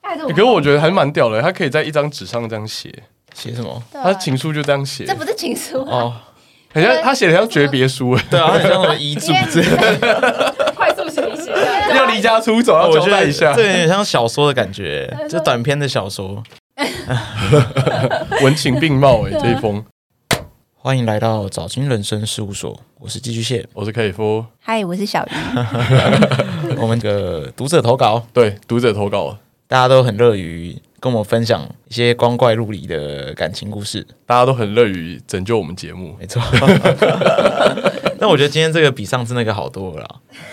爱这欸种。可是我觉得还蛮屌的，他可以在一张纸上这样写，写什么？对啊他情书就这样写这，不是情书啊，哦，很像他写的像诀别书，欸对啊，很像我的遗嘱因为之类的。 快速学习。 要离家出走，要 哦我交觉代一得下这，有点像小说的感觉对，就短篇的小说。文情并茂啊哎，这一封欢迎来到早金人生事务所，我是寄居蟹。我是可以夫，嗨，我是小鱼，我们的读者投稿，对，读者投稿，大家都很乐于跟我们分享一些光怪陆离的感情故事。大家都很乐于拯救我们节目，没错， 但我觉得今天这个比上次那个好多了啦，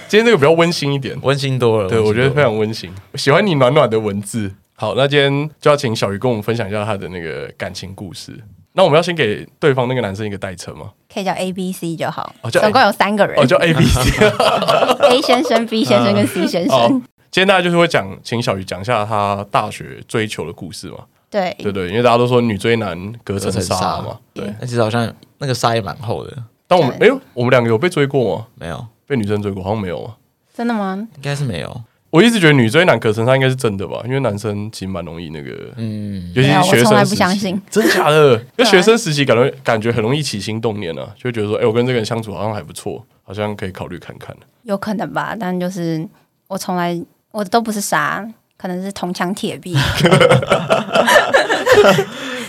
今天这个比较温馨一点，温馨多了。对温我觉馨多了得非常温馨，喜欢你暖暖的文字。好，那今天就要请小鱼跟我们分享一下他的那个感情故事。那我们要先给对方那个男生一个代称吗？可以叫 A B C 就好，哦叫 A 总共有三个人哦，叫嗯 A B C。 ，A 先生、B 先生跟 C 先好生。，哦今天大家就是会讲，请小鱼讲一下他大学追求的故事嘛，对，对不对？因为大家都说女追男隔层隔层纱纱嘛，对。但其实好像那个沙也蛮厚的，但我们哎对呦，我们两个有被追过吗？没有，被女生追过好像没有啊。真的吗？应该是没有。我一直觉得女追男隔层纱应该是真的吧，因为男生其实蛮容易那个，嗯，尤其没有，是啊我学从来生不时相期。信。真假的？因为对啊学生时期感觉感觉很容易起心动念啊，就会觉得说，哎、我跟这个人相处好像还不错，好像可以考虑看看。有可能吧，但就是我从来我都不是傻，可能是铜墙铁壁。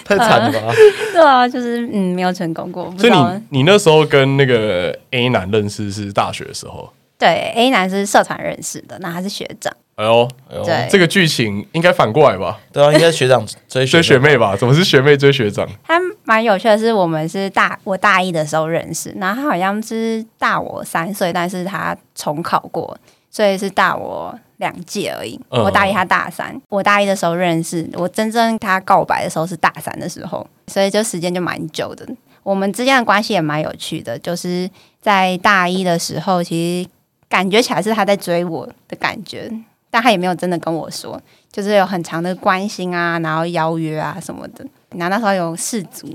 太惨了吧？对啊，就是嗯，没有成功过。不所知以道啊你你那时候跟那个 A 男认识是大学的时候，对 A 男是社团认识的，那他是学长，哎呦，哎呦对这个剧情应该反过来吧？ 对啊，应该学长追追学妹。妹吧？怎么是学妹追学长？他蛮有趣的是，我们是大我大一的时候认识，然后他好像是大我三岁，但是他重考过，所以是大我两届而已。嗯我大一，他大三。我大一的时候认识，我真正他告白的时候是大三的时候，所以就时间就蛮久的。我们之间的关系也蛮有趣的，就是在大一的时候，其实感觉起来是他在追我的感觉，但他也没有真的跟我说，就是有很长的关心啊，然后邀约啊什么的。然后那时候有世足，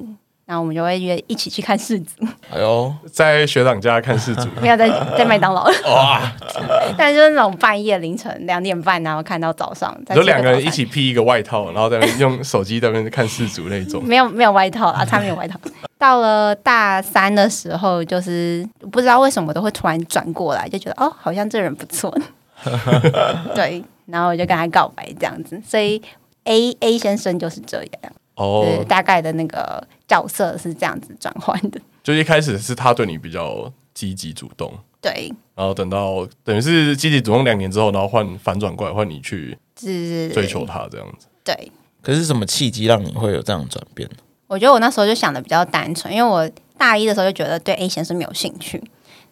然后我们就会约一起去看 世足，哎呦，在学长家看世足，没有在在麦当劳 了。但就是那种半夜凌晨两点半，然后看到早上，再就吃个两个人早餐一起披一个外套，然后在那边用手机在那边看世足那种。没有没有外套啊，他没有外套。到了大三的时候，就是不知道为什么都会突然转过来，就觉得哦，好像这人不错。 对，然后我就跟他告白这样子，所以 A A 先生就是这样，就是哦，大概的那个角色是这样子转换的。就一开始是他对你比较积极主动，对，然后等到等于是积极主动两年之后，然后换反转过来换你去是追求他这样子。对，可是什么契机让你会有这样的转变？我觉得我那时候就想的比较单纯，因为我大一的时候就觉得对 A 先生没有兴趣，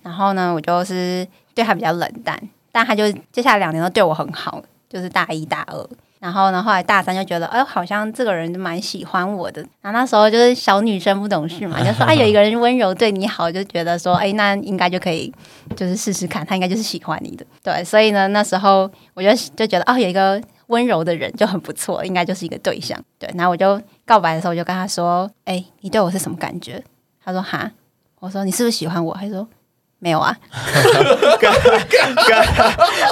然后呢，我就是对他比较冷淡，但他就接下来两年都对我很好，就是大一大二。然后呢，后来大三就觉得，哎，好像这个人蛮喜欢我的。然后那时候就是小女生不懂事 嘛，就说，哎，有一个人温柔对你好，就觉得说，哎，那应该就可以，就是试试看，他应该就是喜欢你的。对，所以呢，那时候我就就觉得，哦，有一个温柔的人就很不错，应该就是一个对象。对，然后我就告白的时候，我就跟他说：“哎、你对我是什么感觉？”他说：“哈。”我说：“你是不是喜欢我？”他说：“没有啊。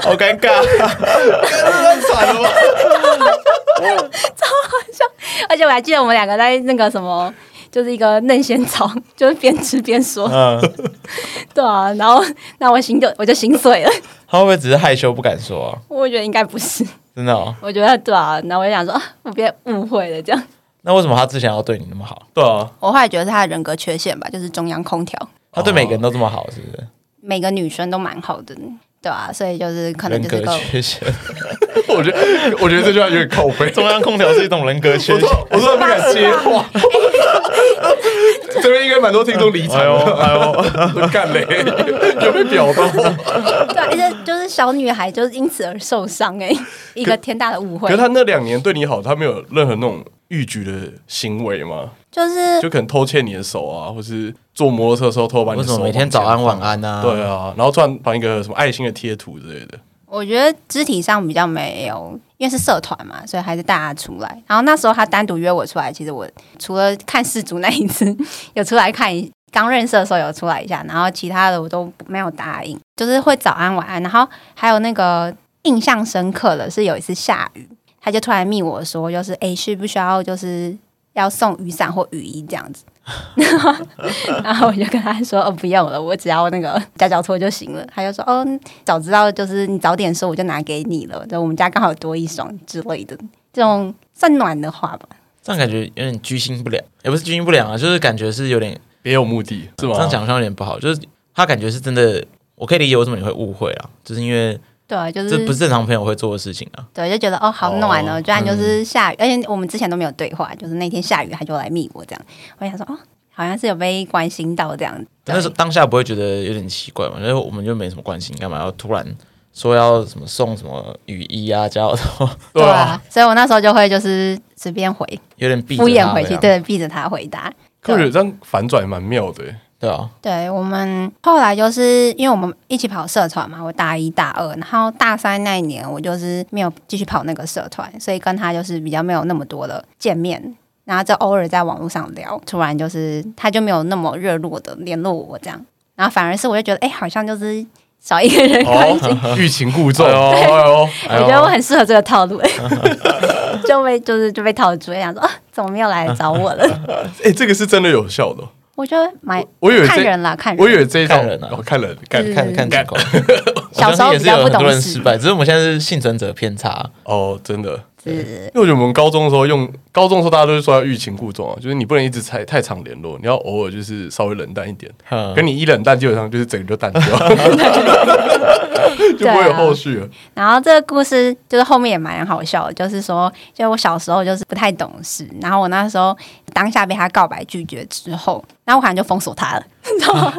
好尴尬，太惨了吧？”哦而且我还记得我们两个在那个什么，就是一个嫩仙草，就是边吃边说，嗯，对啊。然后，那我心就我就心碎了。 他会不会只是害羞不敢说啊？我觉得应该不是，真的哦？我觉得对啊。然后我就想说，啊我别误会了这样。那为什么他之前要对你那么好？对啊，我后来觉得是他的人格缺陷吧，就是中央空调，他对每个人都这么好，是不哦是？每个女生都蛮好的，对啊。所以就是可能人就是格个缺陷，我觉得我觉得这句话有点靠 背。中央空调是一种人格缺陷。我说不敢接话， 这边应该蛮多听众离场了，哎呦， 干嘞，有被表到，对、啊，而且就是小女孩就是因此而受伤哎、一个天大的误会可是。他那两年对你好，他没有任何那种逾矩的行为吗？就是就可能偷牵你的手啊，或是坐摩托车的时候偷把你为的什手往么前。每天早安晚安啊？对，啊，然后突然放一个什么爱心的贴图之类的，我觉得肢体上比较没有，因为是社团嘛，所以还是大家出来。然后那时候他单独约我出来，其实我除了看世足那一次有出来看一，刚认识的时候有出来一下，然后其他的我都没有答应，就是会早安晚安。然后还有那个印象深刻的是有一次下雨，他就突然密我说，就是哎、需不需要就是要送雨伞或雨衣这样子？ 然后我就跟他说，哦，不用了，我只要那个夹脚拖就行了。他就说，哦，早知道就是你早点说，我就拿给你了。就我们家刚好多一双之类的，这种算暖的话吧。这样感觉有点居心不良，也不是居心不良啊，就是感觉是有点别有目的是这吗？样讲好像有点不好，就是他感觉是真的，我可以理解为什么你会误会啊，就是因为对，啊就这是不是正常朋友会做的事情啊。对，就觉得哦，好暖哦，哦居然就是下雨，而且我们之前都没有对话，就是那天下雨他就来密我这样，我想说哦，好像是有被关心到这样。但是对当下不会觉得有点奇怪嘛？因为我们就没什么关系，你干嘛要突然说要什么送什么雨衣啊、加油头，对啊，啊，所以我那时候就会就是随便回，有点避着敷衍他回去，这样对，逼着他回答。可我觉得这样反转蛮妙的欸。对啊，对我们后来就是因为我们一起跑社团嘛，我大一大二，然后大三那一年我就是没有继续跑那个社团，所以跟他就是比较没有那么多的见面，然后就偶尔在网络上聊，突然就是他就没有那么热络的联络我这样，然后反而是我就觉得哎、好像就是少一个人 关心，哦，欲擒故 纵，哦，哎呦，我觉得我很适合这个套路，就被就是就被套住，想说啊怎么没有来找我了？哎，这个是真的有效的哦。我觉得蛮我以为看这，人啦，看人，我以为这一套看人啊哦看人，看嗯看看情况。我小时相信候也比是较有不很懂多人事失败，只是我们现在是幸存者偏差。哦，真的。是因为我觉得我们高中的时候用，高中的时候大家都是说要欲擒故纵啊，就是你不能一直太太常联络，你要偶尔就是稍微冷淡一点。哼可你一冷淡，基本上就是整个就淡 掉， 啊就不会有后续了。然后这个故事就是后面也蛮好笑的，就是说，就我小时候就是不太懂事，然后我那时候当下被他告白拒绝之后，然后我好像就封锁他了， 你知道吗？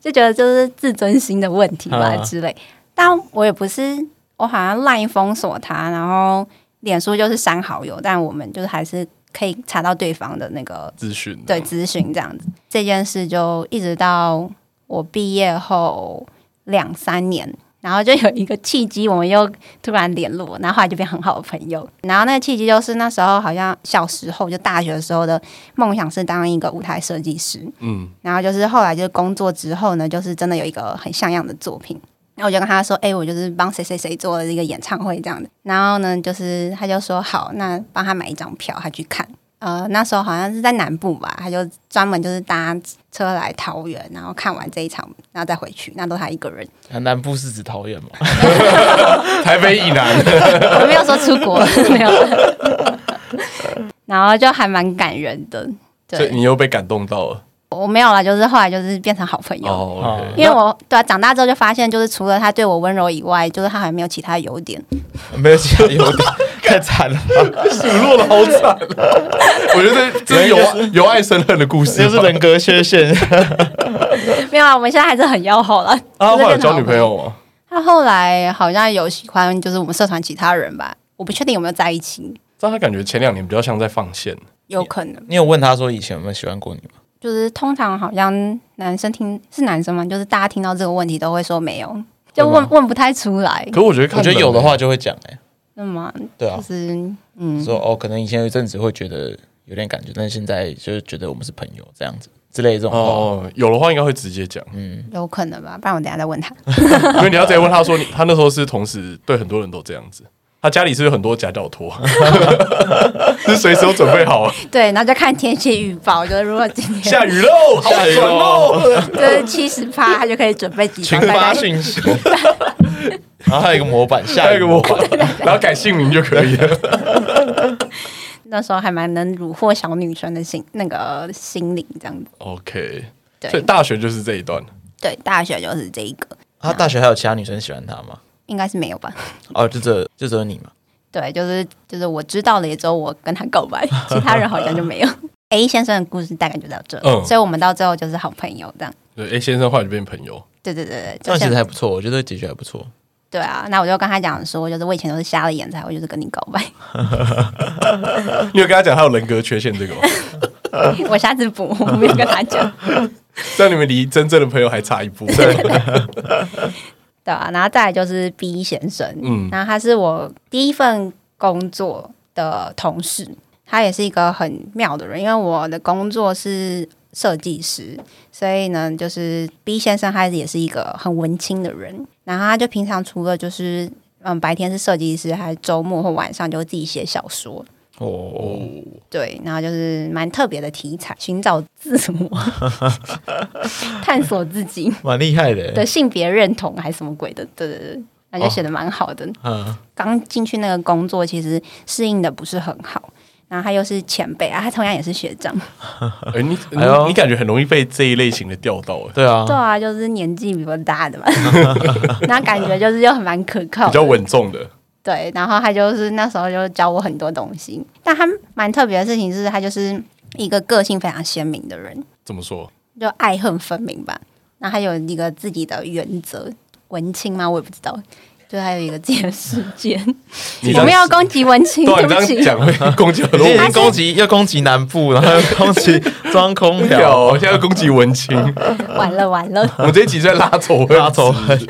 就觉得就是自尊心的问题吧啊之类。但我也不是，我好像赖封锁他，然后脸书就是删好友，但我们就是还是可以查到对方的那个资讯对咨询这样子。这件事就一直到我毕业后两三年，然后就有一个契机，我们又突然联络，然后后来就变很好的朋友。然后那个契机就是那时候好像小时候就大学的时候的梦想是当一个舞台设计师，嗯，然后就是后来就是工作之后呢，就是真的有一个很像样的作品。然后我就跟他说：“哎、我就是帮谁谁谁做了一个演唱会这样的。”然后呢，就是他就说：“好，那帮他买一张票，他去看。”呃，那时候好像是在南部吧，他就专门就是搭车来桃园，然后看完这一场，然后再回去，那都他一个人。南部是指桃园嘛？ 台北以南，我没有说出国， 没有。然后就还蛮感人的，所以对，你又被感动到了。我没有了，就是后来就是变成好朋友。哦哦，OK，因为我对啊，长大之后就发现，就是除了他对我温柔以外，就是他还没有其他优点。 没有其他优点，太惨了。 数落的好惨啊！我觉得这是有有爱生恨的故事吧，就是人格缺陷，没有啊，我们现在还是很要好了。啊，就是后来变成交好女朋友。友吗？他后来好像有喜欢，就是我们社团其他人吧，我不确定有没有在一起，但他感觉前两年比较像在放线，有可能。 你有问他说以前有没有喜欢过你吗？就是通常好像男生听是男生吗？就是大家听到这个问题都会说没有，就会问吗问不太出来，可我觉得看我觉得人有的欸话就会讲哎，那么对啊就，是嗯，说哦，可能以前有一阵子会觉得有点感觉，但现在就是觉得我们是朋友这样子之类的这种话。哦，有的话应该会直接讲，有可能吧，不然我等一下再问他。因为你要直接问他说你，他那时候是同时对很多人都这样子，他家里是不是有很多夹脚拖， 是随时都准备 好对，然后就看天气预报，就是如果今天下雨喽，好下雨爽哦，就是七十趴，他就可以准备几群张发大家讯息，然后还有一个模板，下下一一个个我模板，， 然后改姓名就可以了。那时候还蛮能虏获小女生的心那个心灵这样子。 OK，所以对大学就是这一段，对，大学就是这一个，他啊大学还有其他女生喜欢他吗？应该是没有吧？哦，就只有就只有你嘛。 对，就是就是我知道了也只有我跟他告 白，其他人好像就没 有。A 先生的故事大概就到这，嗯所以我们到最后就是好朋友这样。对，A 先生后来就变朋友，对对对对，这就样其像实还不错，我觉得结局还不错。对啊，那我就跟他讲说，就是我以前都是瞎了眼才会就是跟你告 白，你有跟他讲他有人格缺陷这个吗？ 我下次补，我没有跟他讲。这样你们离真正的朋友还差一步。对啊，然后再来就是 B 先生，嗯嗯，然后他是我第一份工作的同事，他也是一个很妙的人，因为我的工作是设计师，所以呢，就是 B 先生他也是一个很文青的人，然后他就平常除了就是嗯，白天是设计师，还周末或晚上就自己写小说。哦，对，然后就是蛮特别的题材，寻找自我， 探索自己蛮厉害的。的，性别认同还是什么鬼的，对对对，感觉哦写的蛮好的。嗯，刚进去那个工作，其实适应的不是很好。然后他又是前辈啊，他同样也是学长，哎，你你哎呦你感觉很容易被这一类型的钓到，哎，对啊对，啊，就是年纪比我 大的嘛，那感觉就是又很蛮可靠比较的，稳重的，对。然后他就是那时候就教我很多东西，但他蛮特别的事情是，他就是一个个性非常鲜明的人，怎么说？就爱恨分明吧。那还有一个自己的原则，文青吗？我也不知道。就还有一个自己的世界，你这样我没有攻击文 青，对啊，对你不这起。样讲会攻击很你多现在已文经攻击要攻击南部，然后又攻击装空调，屌，现在要攻击文 青，完了完了，我们这一集在拉仇恨，拉仇恨，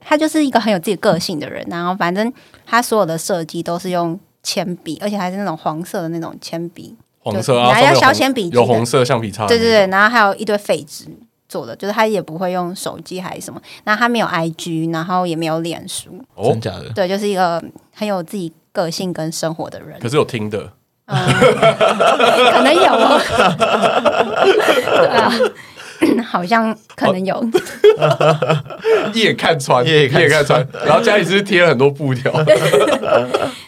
他就是一个很有自己个性的人。啊然后反正他所有的设计都是用铅笔，而且还是那种黄色的那种铅笔。黄色啊，对拿上面有小红铅笔记得有红色橡皮擦，对对对，，然后还有一堆废纸做的，就是他也不会用手机还是什么。然后他没有 IG，然后也没有脸书，哦真，假的？对，就是一个很有自己个性跟生活 的人可。是有听的，嗯，可能有哦， 对啊， 好像可能有，一眼看穿，一眼看穿看穿，然后家里是不是贴了很多布条，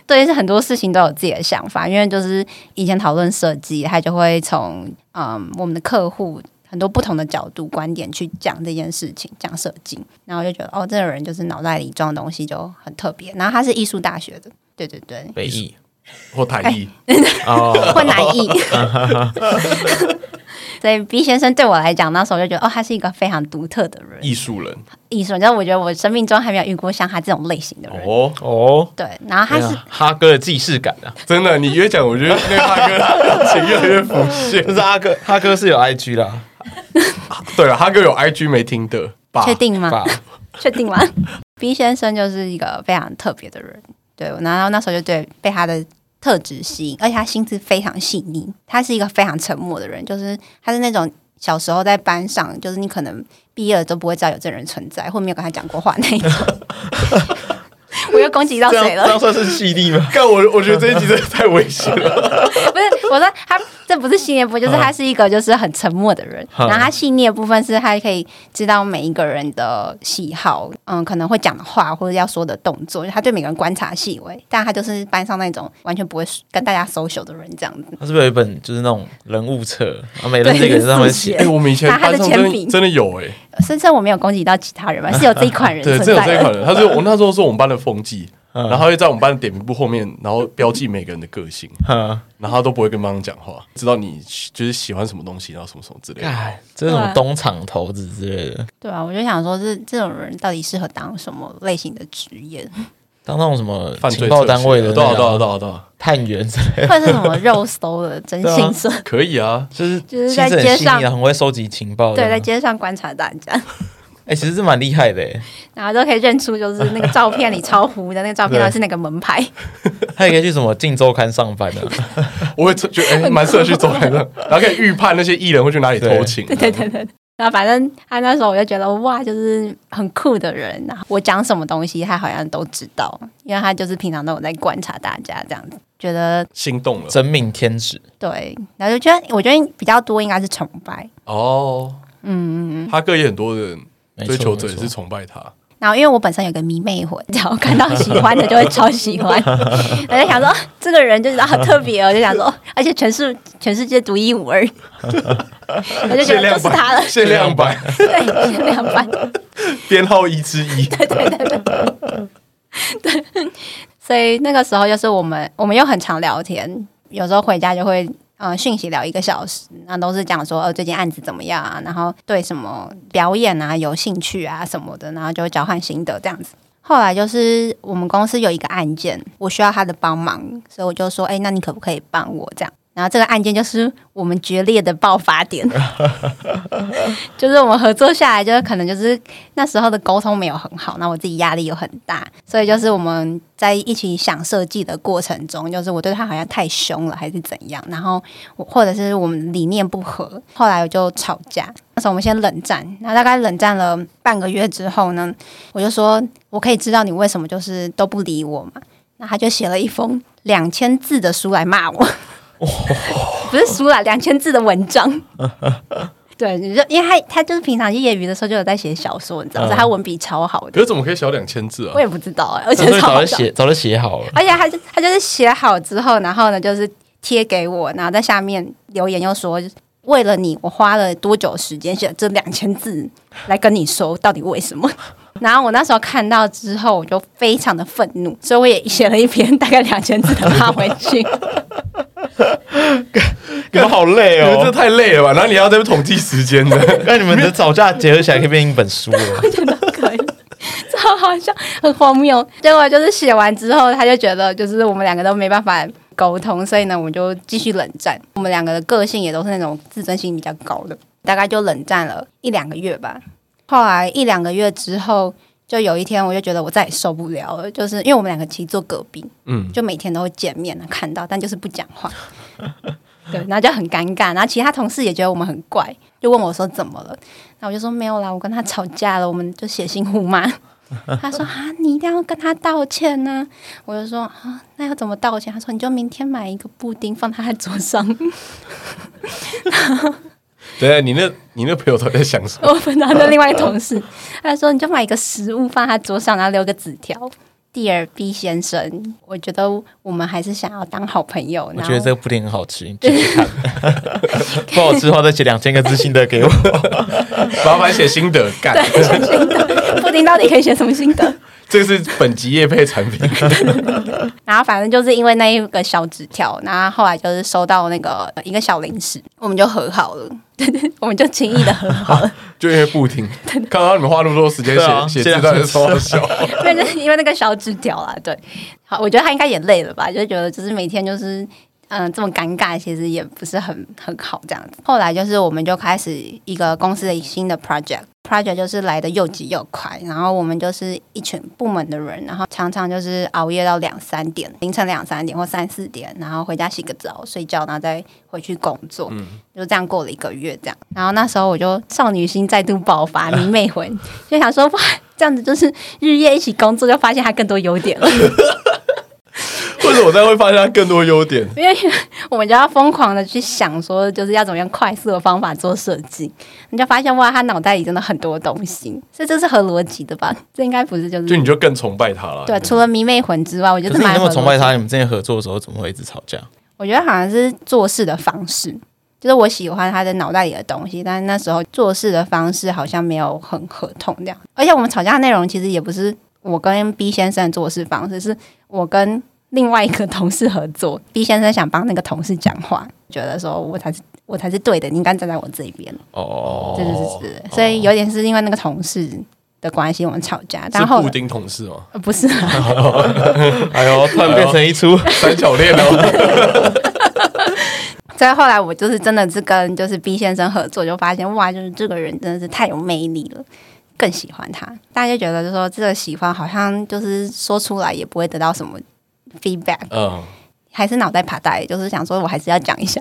对，是很多事情都有自己的想法，因为就是以前讨论设计，他就会从嗯我们的客户很多不同的角度观点去讲这件事情，讲设计，然后我就觉得哦，这个人就是脑袋里装的东西就很特别，然后他是艺术大学的，对对对，北艺 或台艺，哦，会难译。 所以 B 先生对我来讲，那时候就觉得哦，他是一个非常独特的人，艺术人艺术，你知道，我觉得我生命中还没有遇过像他这种类型的人。 哦，哦，对，然后他是哈哥的既视感啊，真的，你越讲，我觉得那个大哥的情越来越浮现。就是哈哥，哈哥是有 IG 啦， 对了，哈哥有 IG 没听的吧？确定吗？吧？确定吗 ？B 先生就是一个非常特别的人，对，我然后那时候就对被他的特质吸引，而且他心思非常细腻，他是一个非常沉默的人，就是他是那种小时候在班上，就是你可能毕业了都不会知道有这人存在，或没有跟他讲过话那一种。我又攻击到这样谁了这？样算是犀利吗？干我，我觉得这一集真的太危险 了。不是，我说他这不是系列部，就是嗯他是一个就是很沉默的人。嗯然后他系列部分是他可以知道每一个人的喜好，嗯，可能会讲的话或者要说的动作，他对每个人观察细微。但他就是班上那种完全不会跟大家 social 的人这样子。他是不是有一本就是那种人物册，然后每人这个人上面写哎、我们以前拿他班的上铅真笔的真的有哎、深圳我没有攻击到其他人吧？是有这一款 人对，存真有在这一款的。人，他是我那时候是我们班的风纪，嗯然后他会在我们班的点名簿后面，然后标记每个人的个性，哈，然后他都不会跟班长讲话，知道你就是喜欢什么东西，然后什么什么之类的。哎，这是什啊么东厂头子之类的， 对啊，我就想说这这种人到底适合当什么类型的职业， 当那种什么犯罪情报特单位勤的对啊那对啊种对啊对啊，探员之类的，或者是什么肉搜的征对啊信社？可以啊，就是就是心在思很街细上腻啊，很会收集情报的 对，啊。在街上观察大家。哎，其实是蛮厉害的欸，然后都可以认出，就是那个照片里超糊的那个照片，对它是那个 门牌。他也可以去什么《镜周刊》上班啊 的，我会觉得哎，蛮适合去走台上，然后可以预判那些艺人会去哪里偷情。啊对对对对。然后反正他那时候我就觉得哇，就是很酷的人。然后我讲什么东西，他好像都知道，因为他就是平常都有在观察大家这样子。觉得心动了真命天 子。对，然后就觉得我觉得比较多应该是崇拜。哦，嗯嗯嗯，哈哥也很多人没错追求者也没是错崇拜他，然后因为我本身有个迷妹魂，然后看到喜欢的就会超喜欢。我就想说啊这个人就是好特别哦，我就想说，而且全世全世界独一无 二，我就觉得就是他了。限量版啊对，两版。编号一之 一，所以那个时候就是我们我们又很常聊天，有时候回家就会呃讯息聊一个小时，那都是讲说呃最近案子怎么样啊，然后对什么表演啊有兴趣啊什么的，然后就交换心得这样子。后来就是我们公司有一个案件，我需要他的帮忙，所以我就说，哎、那你可不可以帮我这样？然后这个案件就是我们决裂的爆发点，就是我们合作下来，就是可能就是那时候的沟通没有很好，那我自己压力又很大，所以就是我们在一起想设计的过程中，就是我对他好像太凶了，还是怎样，然后我或者是我们理念不合，后来我就吵架。那时候我们先冷战，然后大概冷战了半个月之后呢，我就说我可以知道你为什么就是都不理我嘛，那他就写了一封两千字的书来骂我，哦 不是书啦，两千字的文章。 对，你就因为他他就是平常业余的时候就有在写小说，你知嗯道，所以他文笔超好可的，是怎么可以小两千字啊我？也不知道哎、我觉那所以得超早好就笑。写早就写好了，而且他就他就是写好之后，然后呢就是贴给我，然后在下面留言又说，为了你，我花了多久时间写这两千字来跟你说到底为什么。 然后我那时候看到之后，我就非常的愤怒，所以我也写了一篇大概两千字的骂回去。你们好累你们这哦。太累了吧？然后你还要在那边统计时间呢？那你们的吵架结合起来可以变一本书 了。真的可以，超好笑，很荒谬。结果就是写完之后，他就觉得就是我们两个都没办法沟通，所以呢，我们就继续冷战。我们两个的个性也都是那种自尊心比较高的，大概就冷战了一两个月吧。后来一两个月之后，就有一天我就觉得我再也受不了了，就是因为我们两个其实坐隔壁， 嗯，就每天都会见面啊，看到，但就是不讲话。 对，然后就很尴尬，然后其他同事也觉得我们很怪，就问我说怎么了，那我就说没有啦，我跟他吵架了，我们就写信互骂。 他说啊，你一定要跟他道歉呢、我就说啊，那要怎么道歉？他说你就明天买一个布丁放他在桌上。 对啊，你那你那朋友都在想什么？我本来的另外一个同事，他说你就买一个食物放他桌上，然后留个纸条。Dear B 先生，我觉得我们还是想要当好朋友。我然觉后得这个布丁很好 吃，你继续看。不好吃的话，再写两千个字心得给 我。麻烦写心得干，布丁到底可以写什么心得？这是本集业配 产品。然后反正就是因为那一个小纸条，然后后来就是收到那个呃一个小零食，我们就和好了， 对对，我们就轻易的和好了，就因为不停，看到你们花那么多时间对啊写写字，到底是超好笑。 因为就是因为那个小纸条啦，对，好，我觉得他应该也累了吧，就觉得就是每天就是。嗯，这么尴尬，其实也不是很很好这样子。后来就是，我们就开始一个公司的新的 project，project 就是来的又急又快，然后我们就是一群部门的人，然后常常就是熬夜到两三点，凌晨两三点或三四点，然后回家洗个澡睡觉，然后再回去工作，就这样过了一个月这样。然后那时候我就少女心再度爆发，迷妹魂，就想说哇，这样子就是日夜一起工作，就发现他更多优点了。为什么大家会发现它更多优点？因为我们就要疯狂的去想说，就是要怎么样快速的方法做设计，你就发现哇，他脑袋里真的很多东西，所以这是合逻辑的吧？这应该不是就是就你就更崇拜它了。对，除了迷妹魂之外，我觉可是得这你蛮那合么逻辑崇拜他，你们之前合作的时候怎么会一直吵架？我觉得好像是做事的方式，就是我喜欢他的脑袋里的东西，但是那时候做事的方式好像没有很合同这样。而且我们吵架的内容其实也不是我跟 B 先生的做事方式，是我跟另外一个同事合作，B 先生想帮那个同事讲话，觉得说我才是我才是对的，你应该站在我这一边。哦，对对对对对，所以有点是因为那个同事的关系我们吵架，但是后布来。丁同事吗？呃不是啊，哎呦，突然变成一出，三角恋哦， 所以后来我就是真的是跟就是 B 先生合作，就发现哇，就是这个人真的是太有魅力了，更喜欢他。大家就觉得就说这个喜欢好像就是说出来也不会得到什么 feedback，嗯，还是脑袋爬袋，就是想说我还是要讲一下，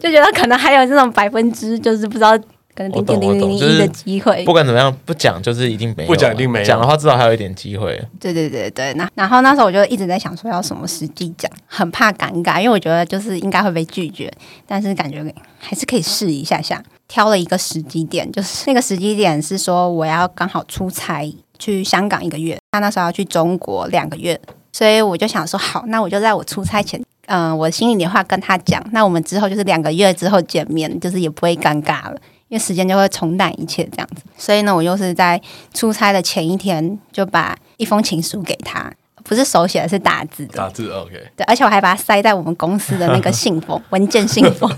就觉得可能还有这种百分之就是不知道可能零点零零零一的机会不。管怎么样，不讲就是一定没有，不讲一定没有讲的话至少还有一点机会。对对对对，那然后那时候我就一直在想说要什么时机讲，很怕尴尬，因为我觉得就是应该会被拒绝，但是感觉还是可以试一下下。挑了一个时机点，就是那个时机点是说我要刚好出差去香港一个月，他那时候要去中国两个月，所以我就想说好，那我就在我出差前。嗯，我心里的话跟他讲，那我们之后就是两个月之后见面，就是也不会尴尬了，因为时间就会冲淡一切这样子。所以呢，我就是在出差的前一天就把一封情书给他，不是手写的，是打字的。打字 OK，对，而且我还把它塞在我们公司的 那个信封、文件信封。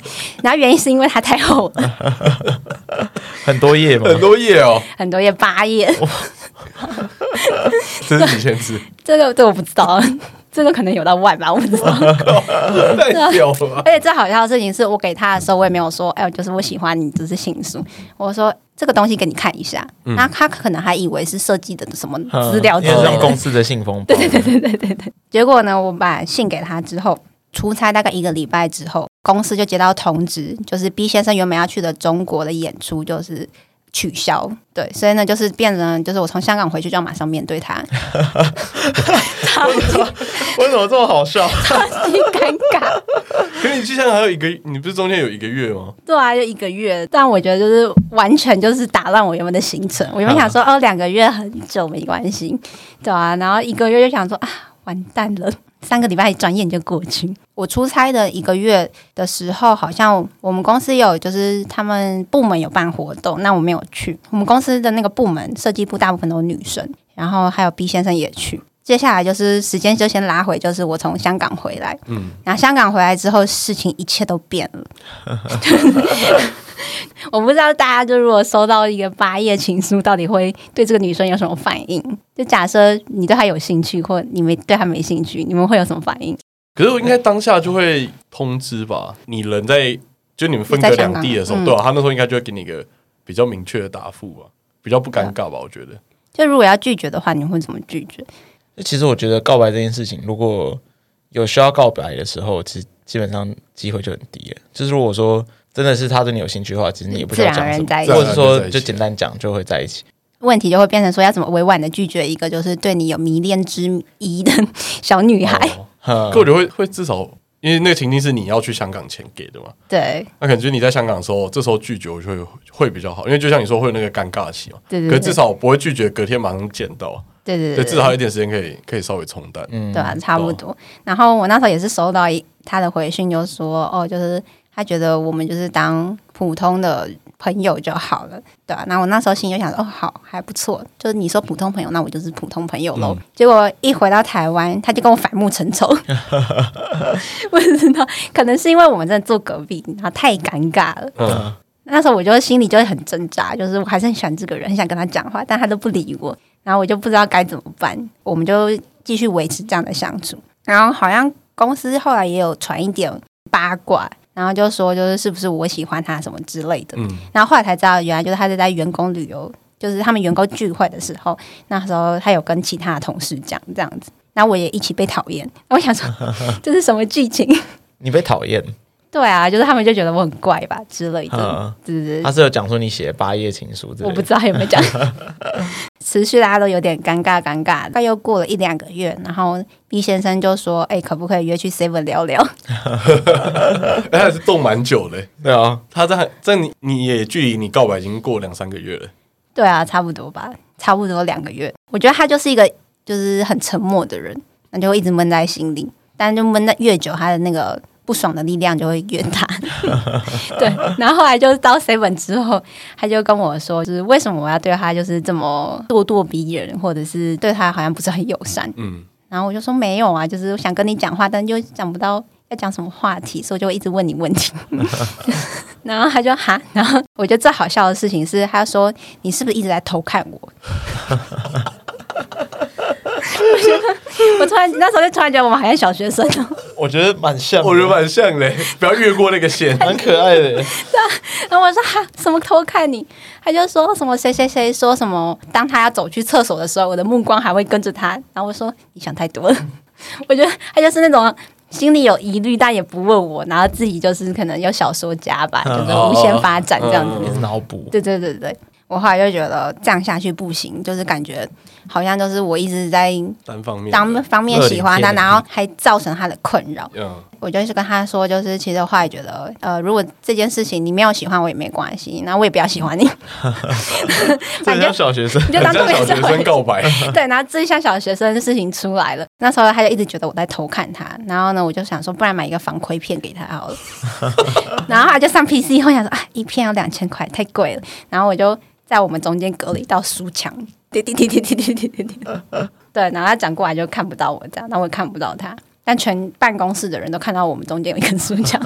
然后原因是因为它太厚了， 很多页嘛，很多页哦，很多哦页八页， 这是几千字， 这个这个我不知道。 这个可能有到万吧，我不知 道。啊太屌了。而且最好笑的事情是我给他的时候，我也没有说，哎、我就是我喜欢你，只是性素。我说这个东西给你看一下，那、他可能还以为是设计的什么资料之嗯因为是类的用。公司的信封包，对对对，结果呢，我把信给他之后，出差大概一个礼拜之后，公司就接到通知，就是 B 先生原本要去的中国的演出就是取消，对，所以呢，就是变成就是我从香港回去就要马上面对他， 为什么这么好笑？超级尴尬。可你就像还有一个，你不是中间有一个月吗？对啊，就一个月，但我觉得就是完全就是打乱我原本的行程。我原本想说，哦，两个月很久没关系，对啊，然后一个月就想说啊，完蛋了，三个礼拜转眼就过去。我出差的一个月的时候，好像我们公司有就是他们部门有办活动，那我没有去。我们公司的那个部门设计部大部分都是女生，然后还有 B 先生也去。接下来就是时间就先拉回，就是我从香港回来，嗯，然后香港回来之后，事情一切都变了。我不知道大家就如果收到一个八页情书，到底会对这个女生有什么反应？就假设你对她有兴趣，或你没对她没兴趣，你们会有什么反应？可是我应该当下就会通知吧？你人在就你们分隔在香两港地的时候，嗯对啊，他那时候应该就会给你一个比较明确的答复吧，比较不尴尬吧？啊我觉得就如果要拒绝的话，你会怎么拒绝？其实我觉得告白这件事情，如果有需要告白的时候，其实基本上机会就很低了。就是如果说真的是他对你有兴趣的话，其实你也不需要自然讲而什然么，在一起或者自然而然在说一起就简单讲就会在一起。问题就会变成说要怎么委婉的拒绝一个就是对你有迷恋之意的小女孩？哦哼可我觉得会会至少，因为那个情境是你要去香港前给的嘛，对那可能就是你在香港的时候，这时候拒绝我就会会比较好，因为就像你说会有那个尴尬期嘛。对对可是对，至少我不会拒绝，隔天马上见到，对对对，对，至少还有一点时间可以可以稍微冲淡。嗯对吧、啊差不多。然后我那时候也是收到一他的回讯，就说哦，就是他觉得我们就是当普通的朋友就好了，对吧、然后我那时候心里就想说，哦，好，还不错，就是你说普通朋友，那我就是普通朋友喽。结果一回到台湾，他就跟我反目成仇， 我也知道，可能是因为我们真的坐隔壁，然后太尴尬了。嗯，那时候我就心里就会很挣扎，就是我还是很喜欢这个人，很想跟他讲话，但他都不理我，然后我就不知道该怎么办，我们就继续维持这样的相处。然后好像公司后来也有传一点八卦，然后就说就是是不是我喜欢他什么之类的。嗯 然后后来才知道，原来就是他是在员工旅游，就是他们员工聚会的时候，那时候他有跟其他的同事讲这样子，然后我也一起被讨厌。我 想说这是什么剧情？你被讨 厌，对啊，就是他们就觉得我很怪吧之类的，嗯，对对对。他是有讲说你写八页情书之类我的不知道有没有讲。持续大家都有点尴尬，尴尬。大概又过了一两个月，然后 B 先生就说：“哎、可不可以约去 Seven 聊聊他还是动蛮久的、对啊，他在在你你也距离你告白已经过两三个月了，？”对啊，差不多吧，差不多两个月。我觉得他就是一个就是很沉默的人，那就会一直闷在心里，但就闷的越久，他的那个。不爽的力量就会越大，对。然后后来就是到 seven 之后，他就跟我说，就是为什么我要对他就是这么咄咄逼人，或者是对他好像不是很友善。嗯，然后我就说没有啊，就是我想跟你讲话，但就讲不到要讲什么话题，所以我就会一直问你问题。然后他就哈，然后我觉得最好笑的事情是，他说你是不是一直在偷看我？ 我觉得我突然那时候就突然觉得我们好像小学生哦，我觉得蛮嗯像的，我觉得蛮像的、不要越过那个 线。蛮可爱的。然后我说哈什么偷看你？他就说什么谁谁谁说什么，当他要走去厕所的时候，我的目光还会跟着他。然后我说你想太多了， 我觉得他就是那种心里有疑虑但也不问我，然后自己就是可能有小说家吧，就是无限发展这样子。一直 脑补，对对对对，我后来就觉得这样下去不行，就是感觉好像就是我一直在单方面的，单方面喜欢他，热脸贴冷屁然后还造成他的困扰。嗯，我就是跟他说，就是其实我后来觉得，呃，如果这件事情你没有喜欢我也没关系，那我也不要喜欢你， 这很反正像小学生。你 就很当做像小学生告 白，对，然后这一下小学生的事情出来了，那时候他就一直觉得我在偷看他，然后呢，我就想说，不然买一个防窥片给他好了。 然后他就上 PC 以后想说，啊，一片要两千块，太贵了。然后我就在我们中间隔了一道书墙，滴滴滴滴滴滴滴滴滴。对，然后他转过来就看不到我这样，那我也看不到他。但全办公室的人都看到我们中间有一根书墙，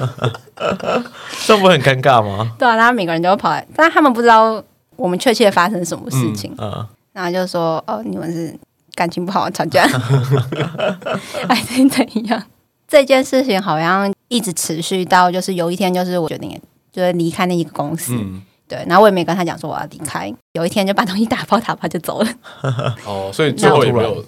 这样不会很尴尬吗？对啊，然后每个人都跑来，但他们不知道我们确切发生什么事情，嗯，然后就说：“哦，你们是感情不好吵架， 还是怎样？这件事情好像一直持续到就是有一天，就是我决定就是离开那一个公司，嗯，对，然后我也没跟他讲说我要离开，有一天就把东西打包打包就走了，哦，所以最后也没有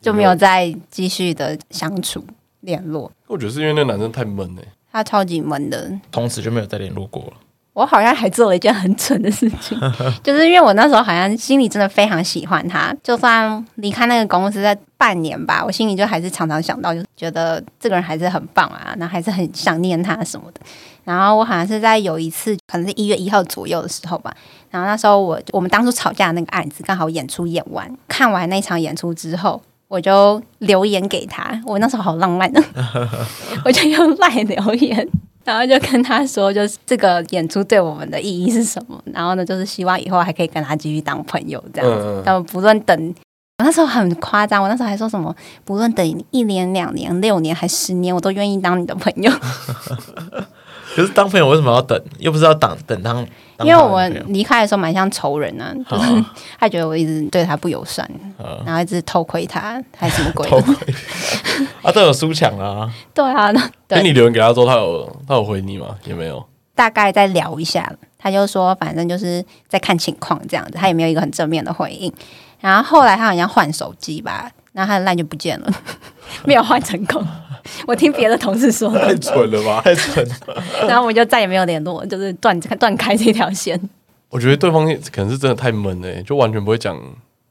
就没有。再继续的相处联络。我觉得是因为那男生太闷欸了。他超级闷的，从此就没有再联络过了。我好像还做了一件很蠢的事情，就是因为我那时候好像心里真的非常喜欢他，就算离开那个公司在半年吧，我心里就还是常常想到，就是觉得这个人还是很棒啊，然后还是很想念他什么的。然后我好像是在有一次，可能是一月一号左右的时候吧，然后那时候我我们当初吵架的那个案子刚好演出演完，看完那场演出之后。我就留言给他，我那时候好浪漫啊，我就用赖留言，然后就跟他说，就是这个演出对我们的意义是什么？然后呢，就是希望以后还可以跟他继续当朋友这嗯样嗯子。但不论等，我那时候很夸张，我那时候还说什么，不论等一年、两年、六年还十年，我都愿意当你的朋友，可是当朋友为什么要等？又不是要等等当？当因为他的我朋友们离开的时候蛮像仇人啊，就是 好他觉得我一直对他不友善，啊然后一直偷窥他，还是什么鬼的？偷窥啊，都有输抢啦。 对啊，那哎，对你留言给他之后，他有他有回你吗？也没 有。 大概再聊一下，他就说反正就是在看情况这样子，他也没有一个很正面的回应。然后后来他好像换手机吧，然后他的 line 就不 见了，没有换成功。我听别的同事说的，蠢了 吧？太蠢了！然后我们就再也没有联络，就是断断开这条线，我觉得对方可能是真的太闷了，就完全不会讲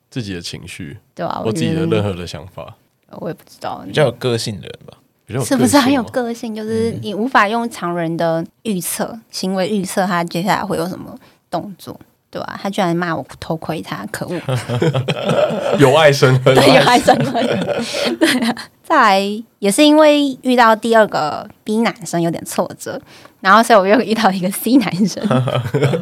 自己的情绪，对吧、或自己的觉得任何的想法。我也不知道，比较有个性的人吧，比较有是不是很有个性吗哦嗯个性？就是你无法用常人的预测、行为预测他接下来会有什么动作，对吧、他居然骂我偷窥他，可恶！ 有爱生恨？啊对，有爱 生恨。对啊， 再来也是因为遇到第二个 B 男生有点挫折，然后所以我又遇到一个 C 男生。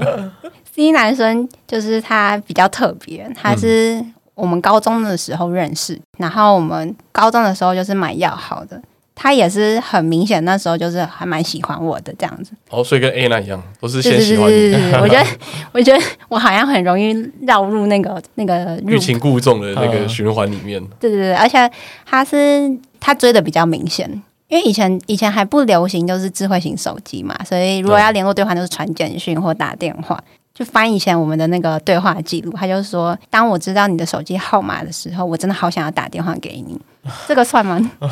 C 男生就是他比较特别，他是嗯我们高中的时候认识，然后我们高中的时候就是蛮要好的。他也是很明显，那时候就是还蛮喜欢我的这样子，哦，所以跟 A 那一样，都是先对对喜对欢你，对对，对我觉得，我觉得我好像很容易绕入那个那个欲入擒故纵的那个循环里面。对对对，而且他是他追的比较明显，因为以前以前还不流行就是智慧型手机嘛，所以如果要联络对方，就是传简讯或打电话。就翻以前我们的那个对话记录，他就说：“当我知道你的手机号码的时候，我真的好想要打电话给你。”这个算吗？我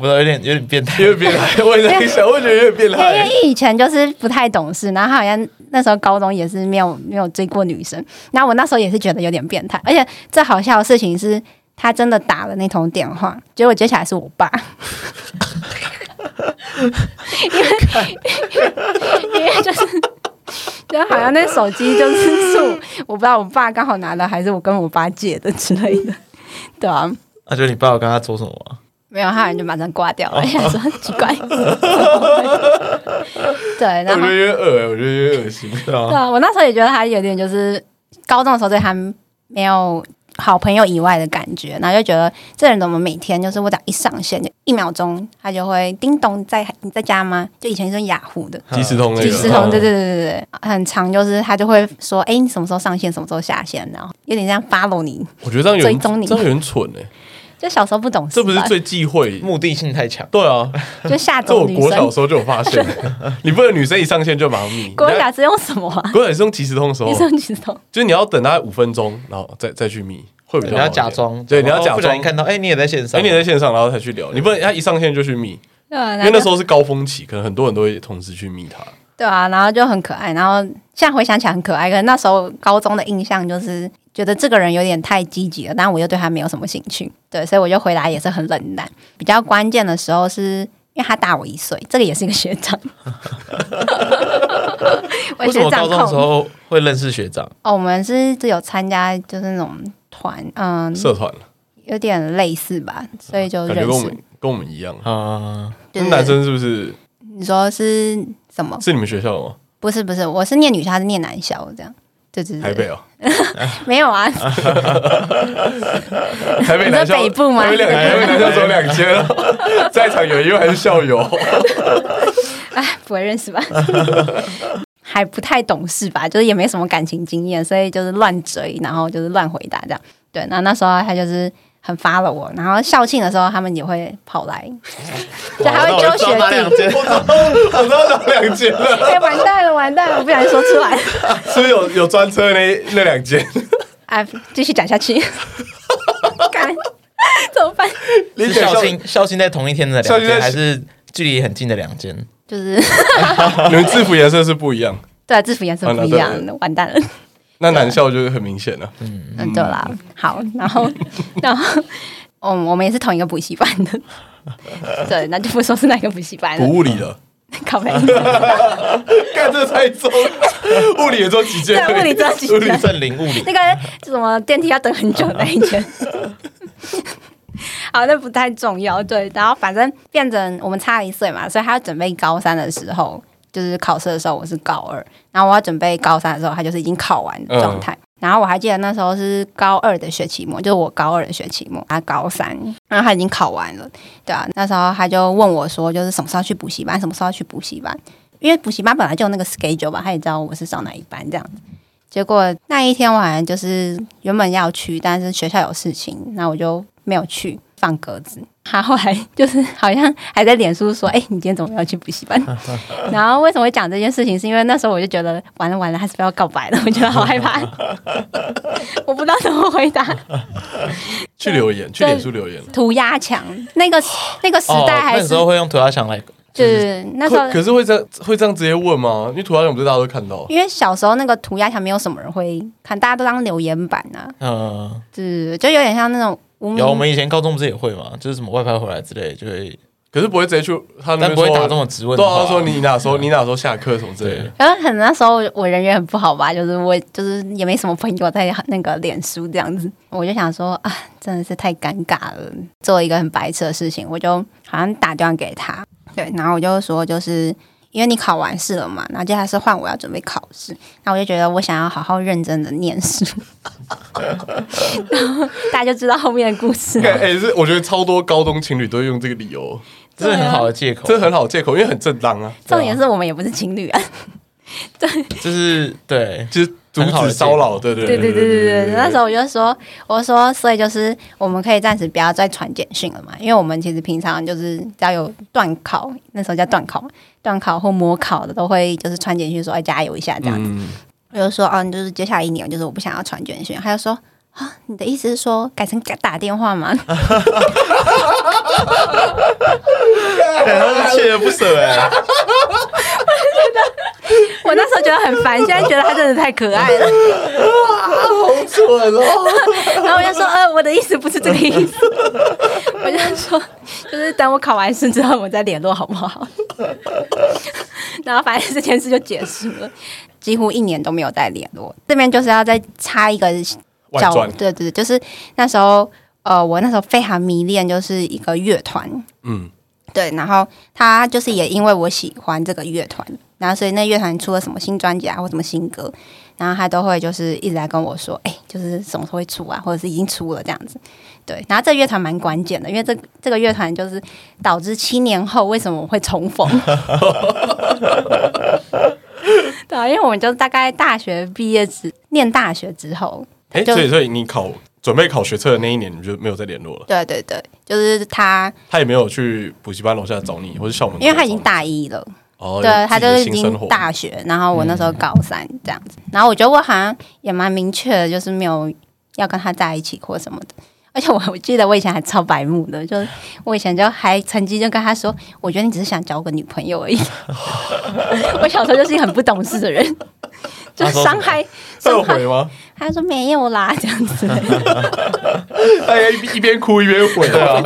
不知道，有点有点变态因。为变态，我也在想，我觉得有点变 因为态。因为以前就是不太懂事，然后好像那时候高中也是没有没有追过女生，然后我那时候也是觉得有点变态，而且最好笑的事情是他真的打了那通电话，结果接起来是我爸。因为因为就是，就好像那手机就是是我我不知道我爸刚好拿的，还是我跟我爸借的之类的，对啊，那就你爸爸跟他说什么啊？没有，他好像就马上挂掉了，想说很奇怪，怎么会对，我然觉后得有点恶欸我觉得有点恶心。对啊 对，啊，我那时候也觉得他有点就是高中的时候对他没有好朋友以外的感觉，然后就觉得这人怎么每天就是我只要一上线就一秒钟，他就会叮咚在你在家吗？就以前是用雅 虎的。即时通那个，即时通，嗯对对对对对，很长，就是他就会说，哎、你什么时候上线，什么时候下线，然后有点像 follow 你，我觉得这样有追踪人你这样有人蠢哎，就小时候不懂事这吧，不是最忌讳？目的性太强。对啊，就吓这走我女国小的生。时候就有发现， 你不能女生一上线就马上密。国小是用什么啊？国小是用即时通的时候你，说你说，就是你要等大概五分钟，然后再再去密，会比你较好一要点假装，对，你要假不小装心。看到，哎，你也在线上，哎，你在线上，然后才去聊，你不能他一上线就去密，对啊，因为那时候是高峰期，可能很多人都会同时去密他。对啊，然后就很可爱，然后现在回想起来很可爱。可能那时候高中的印象就是觉得这个人有点太积极了，但我又对他没有什么兴趣，对，所以我就回答也是很冷淡。比较关键的时候是因为他大我一岁，这个也是一个学 长。我为什学么高长中的时控候会认识学长？哦，我们是有参加就是那种团，嗯，社团有点类似吧，所以就感觉认跟我识们。跟我们一样。啊，对那对男生是不是你说是什么？是你们学校的吗？不是不是，我是念女校，他是念男校，这样。对对对，台北哦， 没有啊，台北男校你说北部吗台北两台北男校只有两间哦， 在场有一位还是校友。哎，不会认识吧？ 还不太懂事吧，就是也没什么感情经验，所以就是乱追，然后就是乱回答这样。对，那那时候他就是很 follow 我，然后校庆的时候他们也会跑来， 就还那会我揪知哦道学哪两弟，间，我知道哪两间啊了，哎、完蛋了，完蛋了，我不想说出来，是不是有有专车那那两 间？哎、继续讲下去， 干怎么办？是姐校庆校庆在同一天的校两庆在间，还是距离很近的两间？就是你们制服颜色是不一样，对啊制服颜色不一样，完蛋了。那男校就是很明显了。嗯，对啦，好，然后，然后，嗯，我们也是同一个补习班的， 对，那就不说是哪个补习班补了，物理 了，靠背，干这太重 了，物理也只有几件而已，对，物理只有物几理间，正零物理，那个什么电梯要等很久那一间。 好，那不太重要，对。然后反正变成我们差一岁嘛，所以他要准备高三的时候，就是考试的时候我是高二，然后我要准备高三的时候，他就是已经考完的状态。然后我还记得那时候是高二的学期末，就是我高二的学期末，他高三，然后他已经考完了，对啊。那时候他就问我说，就是什么时候去补习班，什么时候去补习班，因为补习班本来就有那个 schedule 吧，他也知道我是上哪一班这样子。结果那一天晚上就是原本要去，但是学校有事情，那我就没有去，放鸽子。他后来就是好像还在脸书说：“哎、你今天怎么没有去补习班？” 然后为什么会讲这件事情，是因为那时候我就觉得完了完了，他是不是要告白了？我觉得好害 怕，我不知道怎么回答。去留言，去脸书留言。涂鸦墙那个那个时哦，代还那是、时候会用涂鸦墙来，就就是是那时候可，可是会这样会这样直接问吗？因为涂鸦墙不是大家都看到，因为小时候那个涂鸦墙没有什么人会看，大家都当留言板啊，嗯。就是就有点像那种无名有，我们以前高中不是也会嘛，就是什么外派回来之类，就会，可是不会直接去他那边但不会打这说么直问的对话。啊，他说你哪时候你哪时候下课什么之类的对。然后可能那时候我人缘很不好吧，就是我就是也没什么朋友在那个脸书这样子，我就想说啊，真的是太尴尬了，做一个很白痴的事情，我就好像打电话给他，对，然后我就说就是。因为你考完试了嘛，然后接下来是换我要准备考试，那我就觉得我想要好好认真的念书， 然后大家就知道后面的故事了。哎、欸是我觉得超多高中情侣都会用这个理由，这是很好的借口，这很好借口，因为很正当啊，重点是我们也不是情侣啊，就是 对，就是阻止骚扰，对对对对对对对对对，那时候候我就说，我说，所以就是我们可以暂时不要再传简讯了嘛，因为我们其实平常就是只要有断考，那时候叫断考嘛，断考或模考的都会就是传简讯说哎加油一下这样子。嗯，我就说啊，你就是接下来一年就是我不想要传简讯，他就说啊，你的意思是说改成打打电话吗？ 哎他是锲而不舍哎，我那时候觉得很烦，现在觉得他真的太可爱了。好蠢哦，然后我就说，呃，我的意思不是这个意思，我就说，就是等我考完试之后，我们再联络好不好？然后反正这件事就结束了，几乎一年都没有再联络。这边就是要再插一个外小，传对对对，就是那时候，呃，我那时候非常迷恋就是一个乐团，嗯，对，然后他就是也因为我喜欢这个乐团，然后所以那乐团出了什么新专辑啊，或什么新歌，然后他都会就是一直在跟我说，哎、就是什么时候会出啊，或者是已经出了这样子。对，然后这乐团蛮关键的，因为这这个乐团就是导致七年后为什么我会重逢。 对啊，因为我们就大概大学毕业之念大学之后，哎、就所以所以你考准备考学测的那一年，你就没有再联络了，对对对，就是他，他也没有去补习班楼下找你，或者校门口找你，因为他已经大一了。哦，嗯对他就是是已经 大学，然后我那时候高三这样子，然后我觉得我好像也蛮明确的，就是没有要跟他在一起或什么的。而且我我记得我以前还超白目的，就是我以前就还曾经就跟他说，我觉得你只是想交个女朋友而 已。我小时候就是一个很不懂事的人，就他说是什么伤害伤后害悔。吗？ 他就说没有啦，这样子。大家一一边哭一边悔啊，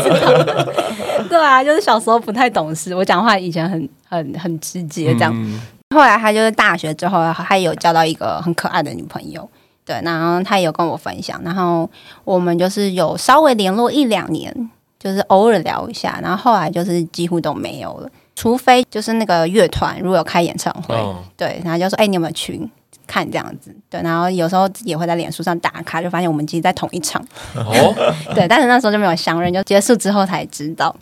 对啊，就是小时候不太懂事，我讲话以前很很很直接这样。嗯后来他就是大学之后，他有交到一个很可爱的女朋友，对，然后他也有跟我分享，然后我们就是有稍微联络一两年，就是偶尔聊一下，然后后来就是几乎都没有了，除非就是那个乐团如果有开演唱会，哦对，然后就说哎、你有没有去看这样子？对，然后有时候自己也会在脸书上打卡，就发现我们其实在同一场，哦， 对，但是那时候就没有相认，就结束之后才知道。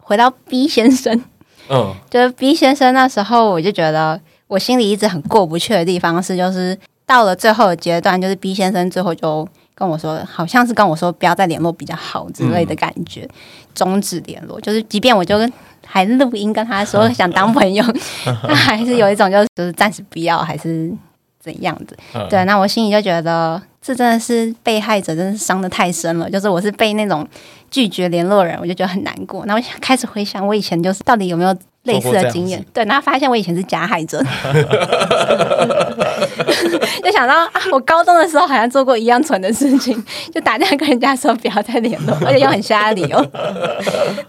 回到 B 先生，嗯，就是 B 先生那时候，我就觉得我心里一直很过不去的地方是，就是到了最后的阶段，就是 B 先生最后就跟我说，好像是跟我说不要再联络比较好之类的感觉，终止联络。就是即便我就跟还录音跟他说想当朋友，他还是有一种就是就是暂时不要还是怎样子。嗯对，那我心里就觉得这真的是被害者，真是伤的太深了。就是我是被那种拒绝联络人，我就觉得很难过。然后我想开始回想我以前就是到底有没有类似的经做过这验样，对，然后发现我以前是加害者，就想到啊，我高中的时候好像做过一样蠢的事情，就打电话跟人家说不要再联络，而且又很瞎的理由。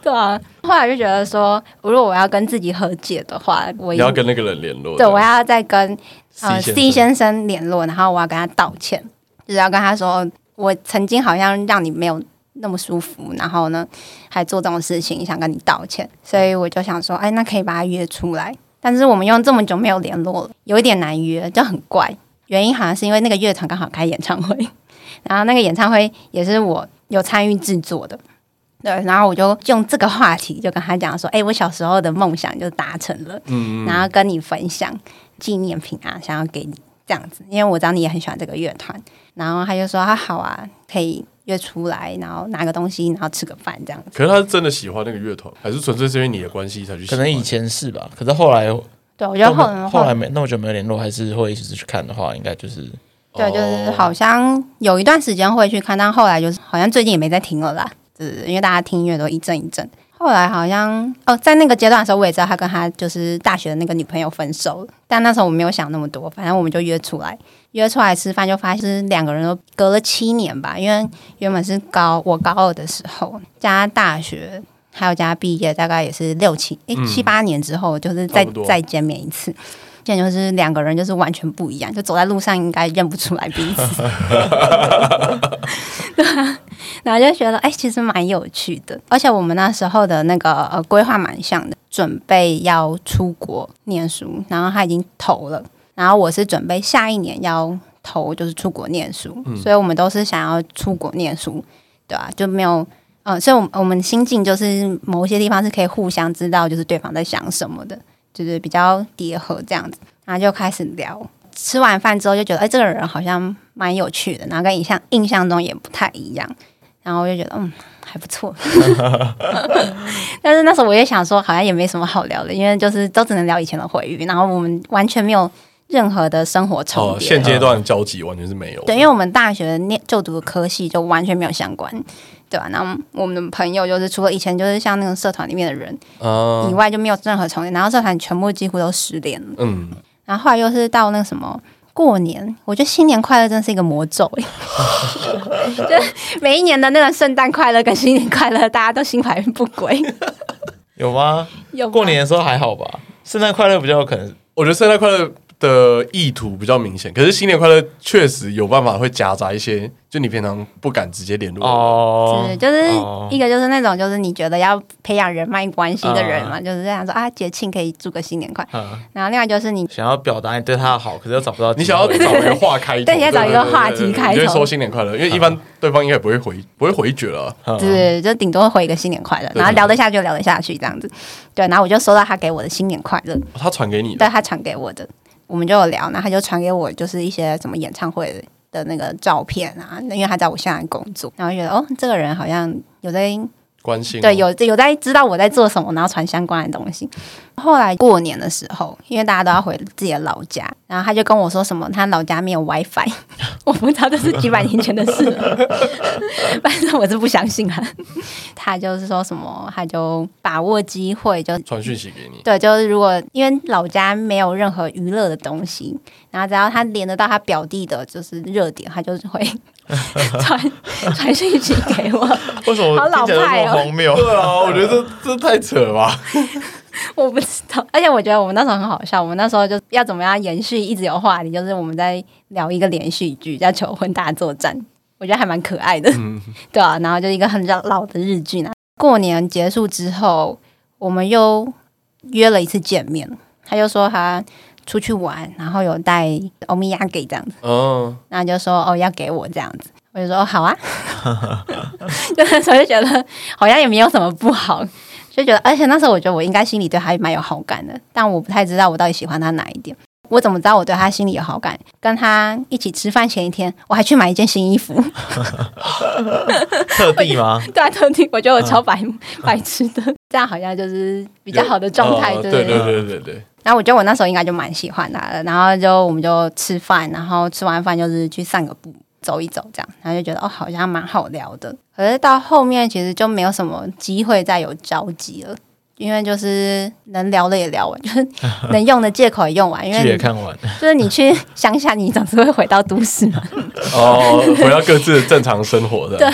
对啊，后来就觉得说，如果我要跟自己和解的话，我你要跟那个人联络。对我要再跟呃 C C 生先生联络，然后我要跟他道歉，就是要跟他说，哦我曾经好像让你没有那么舒服，然后呢还做这种事情，想跟你道歉，所以我就想说，哎，那可以把他约出来。但是我们用这么久没有联络了，有一点难约，就很怪。原因好像是因为那个乐团刚好开演唱会，然后那个演唱会也是我有参与制作的。对，然后我就用这个话题就跟他讲说，哎、我小时候的梦想就达成了，嗯，然后跟你分享纪念品啊，想要给你这样子，因为我知道你也很喜欢这个乐团。然后他就说：“啊，好啊，可以约出来，然后拿个东西，然后吃个饭这样子。可是他是真的喜欢那个乐团，还是纯粹是因为你的关系才去喜可欢？能以前是吧，可是后来对，我觉得后后来后来没那么久没有联络，还是会一直去看的话，应该就是对，就是好像有一段时间会去看，但后来就是好像最近也没在听了啦，就是因为大家听音乐都一阵一阵。后来好像哦，在那个阶段的时候，我也知道他跟他就是大学的那个女朋友分手了，但那时候我没有想那么多，反正我们就约出来，约出来吃饭，就发现是两个人都隔了七年吧，因为原本是高我高二的时候加大学。还有加毕业，大概也是六七诶嗯七八年之后，就是再差不多再见面一次，现在就是两个人就是完全不一样，就走在路上应该认不出来彼此。 对、啊，然后就觉得哎、其实蛮有趣的，而且我们那时候的那个呃规划蛮像的，准备要出国念书，然后他已经投了，然后我是准备下一年要投就是出国念书，嗯所以我们都是想要出国念书，对啊，就没有。呃，所以，我们我们心境就是某一些地方是可以互相知道，就是对方在想什么的。就是比较叠合这样子，然后就开始聊。吃完饭之后就觉得，哎、这个人好像蛮有趣的，然后跟印象印象中也不太一样，然后我就觉得，嗯，还 不错。但是那时候我也想说，好像也没什么好聊的，因为就是都只能聊以前的回忆，然后我们完全没有任何的生活重哦，叠。现阶段嗯交集完全是没有的。对，因为我们大学念就读的科系就完全没有相关，对吧、那我们的朋友就是除了以前就是像那种社团里面的人哦啊以，外，就没有任何重叠，然后社团全部几乎都失联了。嗯，然后后来又是到那个什么过年，我觉得新年快乐真是一个魔咒 哎，就是每一年的那个圣诞快乐跟新年快乐，大家都心怀不轨。有吗？有吗过年的时候还好吧，圣诞快乐比较有可能。我觉得圣诞快乐的意图比较明显，可是新年快乐确实有办法会夹杂一些，就你平常不敢直接联络的人。哦是，就是哦一个就是那种就是你觉得要培养人脉关系的人嘛，就是这样说啊，节庆可以祝个新年快，嗯然后另外就是你想要表达你对他的好，可是又找不到机 会。你想要找一个话开头，对你要找一个话题开头你就会说新年快乐，因为一般对方应该也不会回，不会回绝了。嗯就是就顶多回一个新年快乐，对然后聊得下去就聊得下去这样子，对，然后我就收到他给我的新年快乐，他传给你的，对他传给我的，我们就有聊，然后他就传给我就是一些什么演唱会的那个照片啊，因为他在我现在工作，然后就觉得哦，这个人好像有在关心对有有在知道我在做什么，然后传相关的东西。后来过年的时候，因为大家都要回自己的老家，然后他就跟我说什么他老家没有 WiFi，我 不知道这是几百年前的事了，反正我是不相信啊。他就是说什么，他就把握机会就传讯息给你，对，就是如果因为老家没有任何娱乐的东西，然后只要他连得到他表弟的，就是热点，他就是会 传传讯息给我。为什么好老听起来都派这哦么荒谬？对啊，我觉得这这太扯了吧。我不知道，而且我觉得我们那时候很好笑，我们那时候就要怎么样延续，一直有话题，就是我们在聊一个连续剧叫《求婚大作战》，我觉得还蛮可爱的， 嗯对啊，然后就一个很老老的日剧呢。过年结束之后，我们又约了一次见面，他就说他出去玩，然后有带欧米亚给这样子，嗯，然后就说哦要给我这样子，我就说哦好啊， 就那时候就觉得好像也没有什么不好，就觉得而且那时候我觉得我应该心里对他蛮有好感的，但我不太知道我到底喜欢他哪一点。我怎么知道我对他心里有好感？跟他一起吃饭前一天，我还去买一件新衣服， 特地吗？对啊，特地我觉得我超白、白痴的，这样好像就是比较好的状态，哦对对不对对对对。然后我觉得我那时候应该就蛮喜欢他的，然后就我们就吃饭，然后吃完饭就是去散个步，走一走这样，然后就觉得哦好像蛮好聊的。可是到后面其实就没有什么机会再有交集了，因为就是能聊的也聊完，就是能用的借口也用完，因剧也为你看完，就是你去乡下，你总是会回到都市嘛，哦，回到各自的正常生活的。对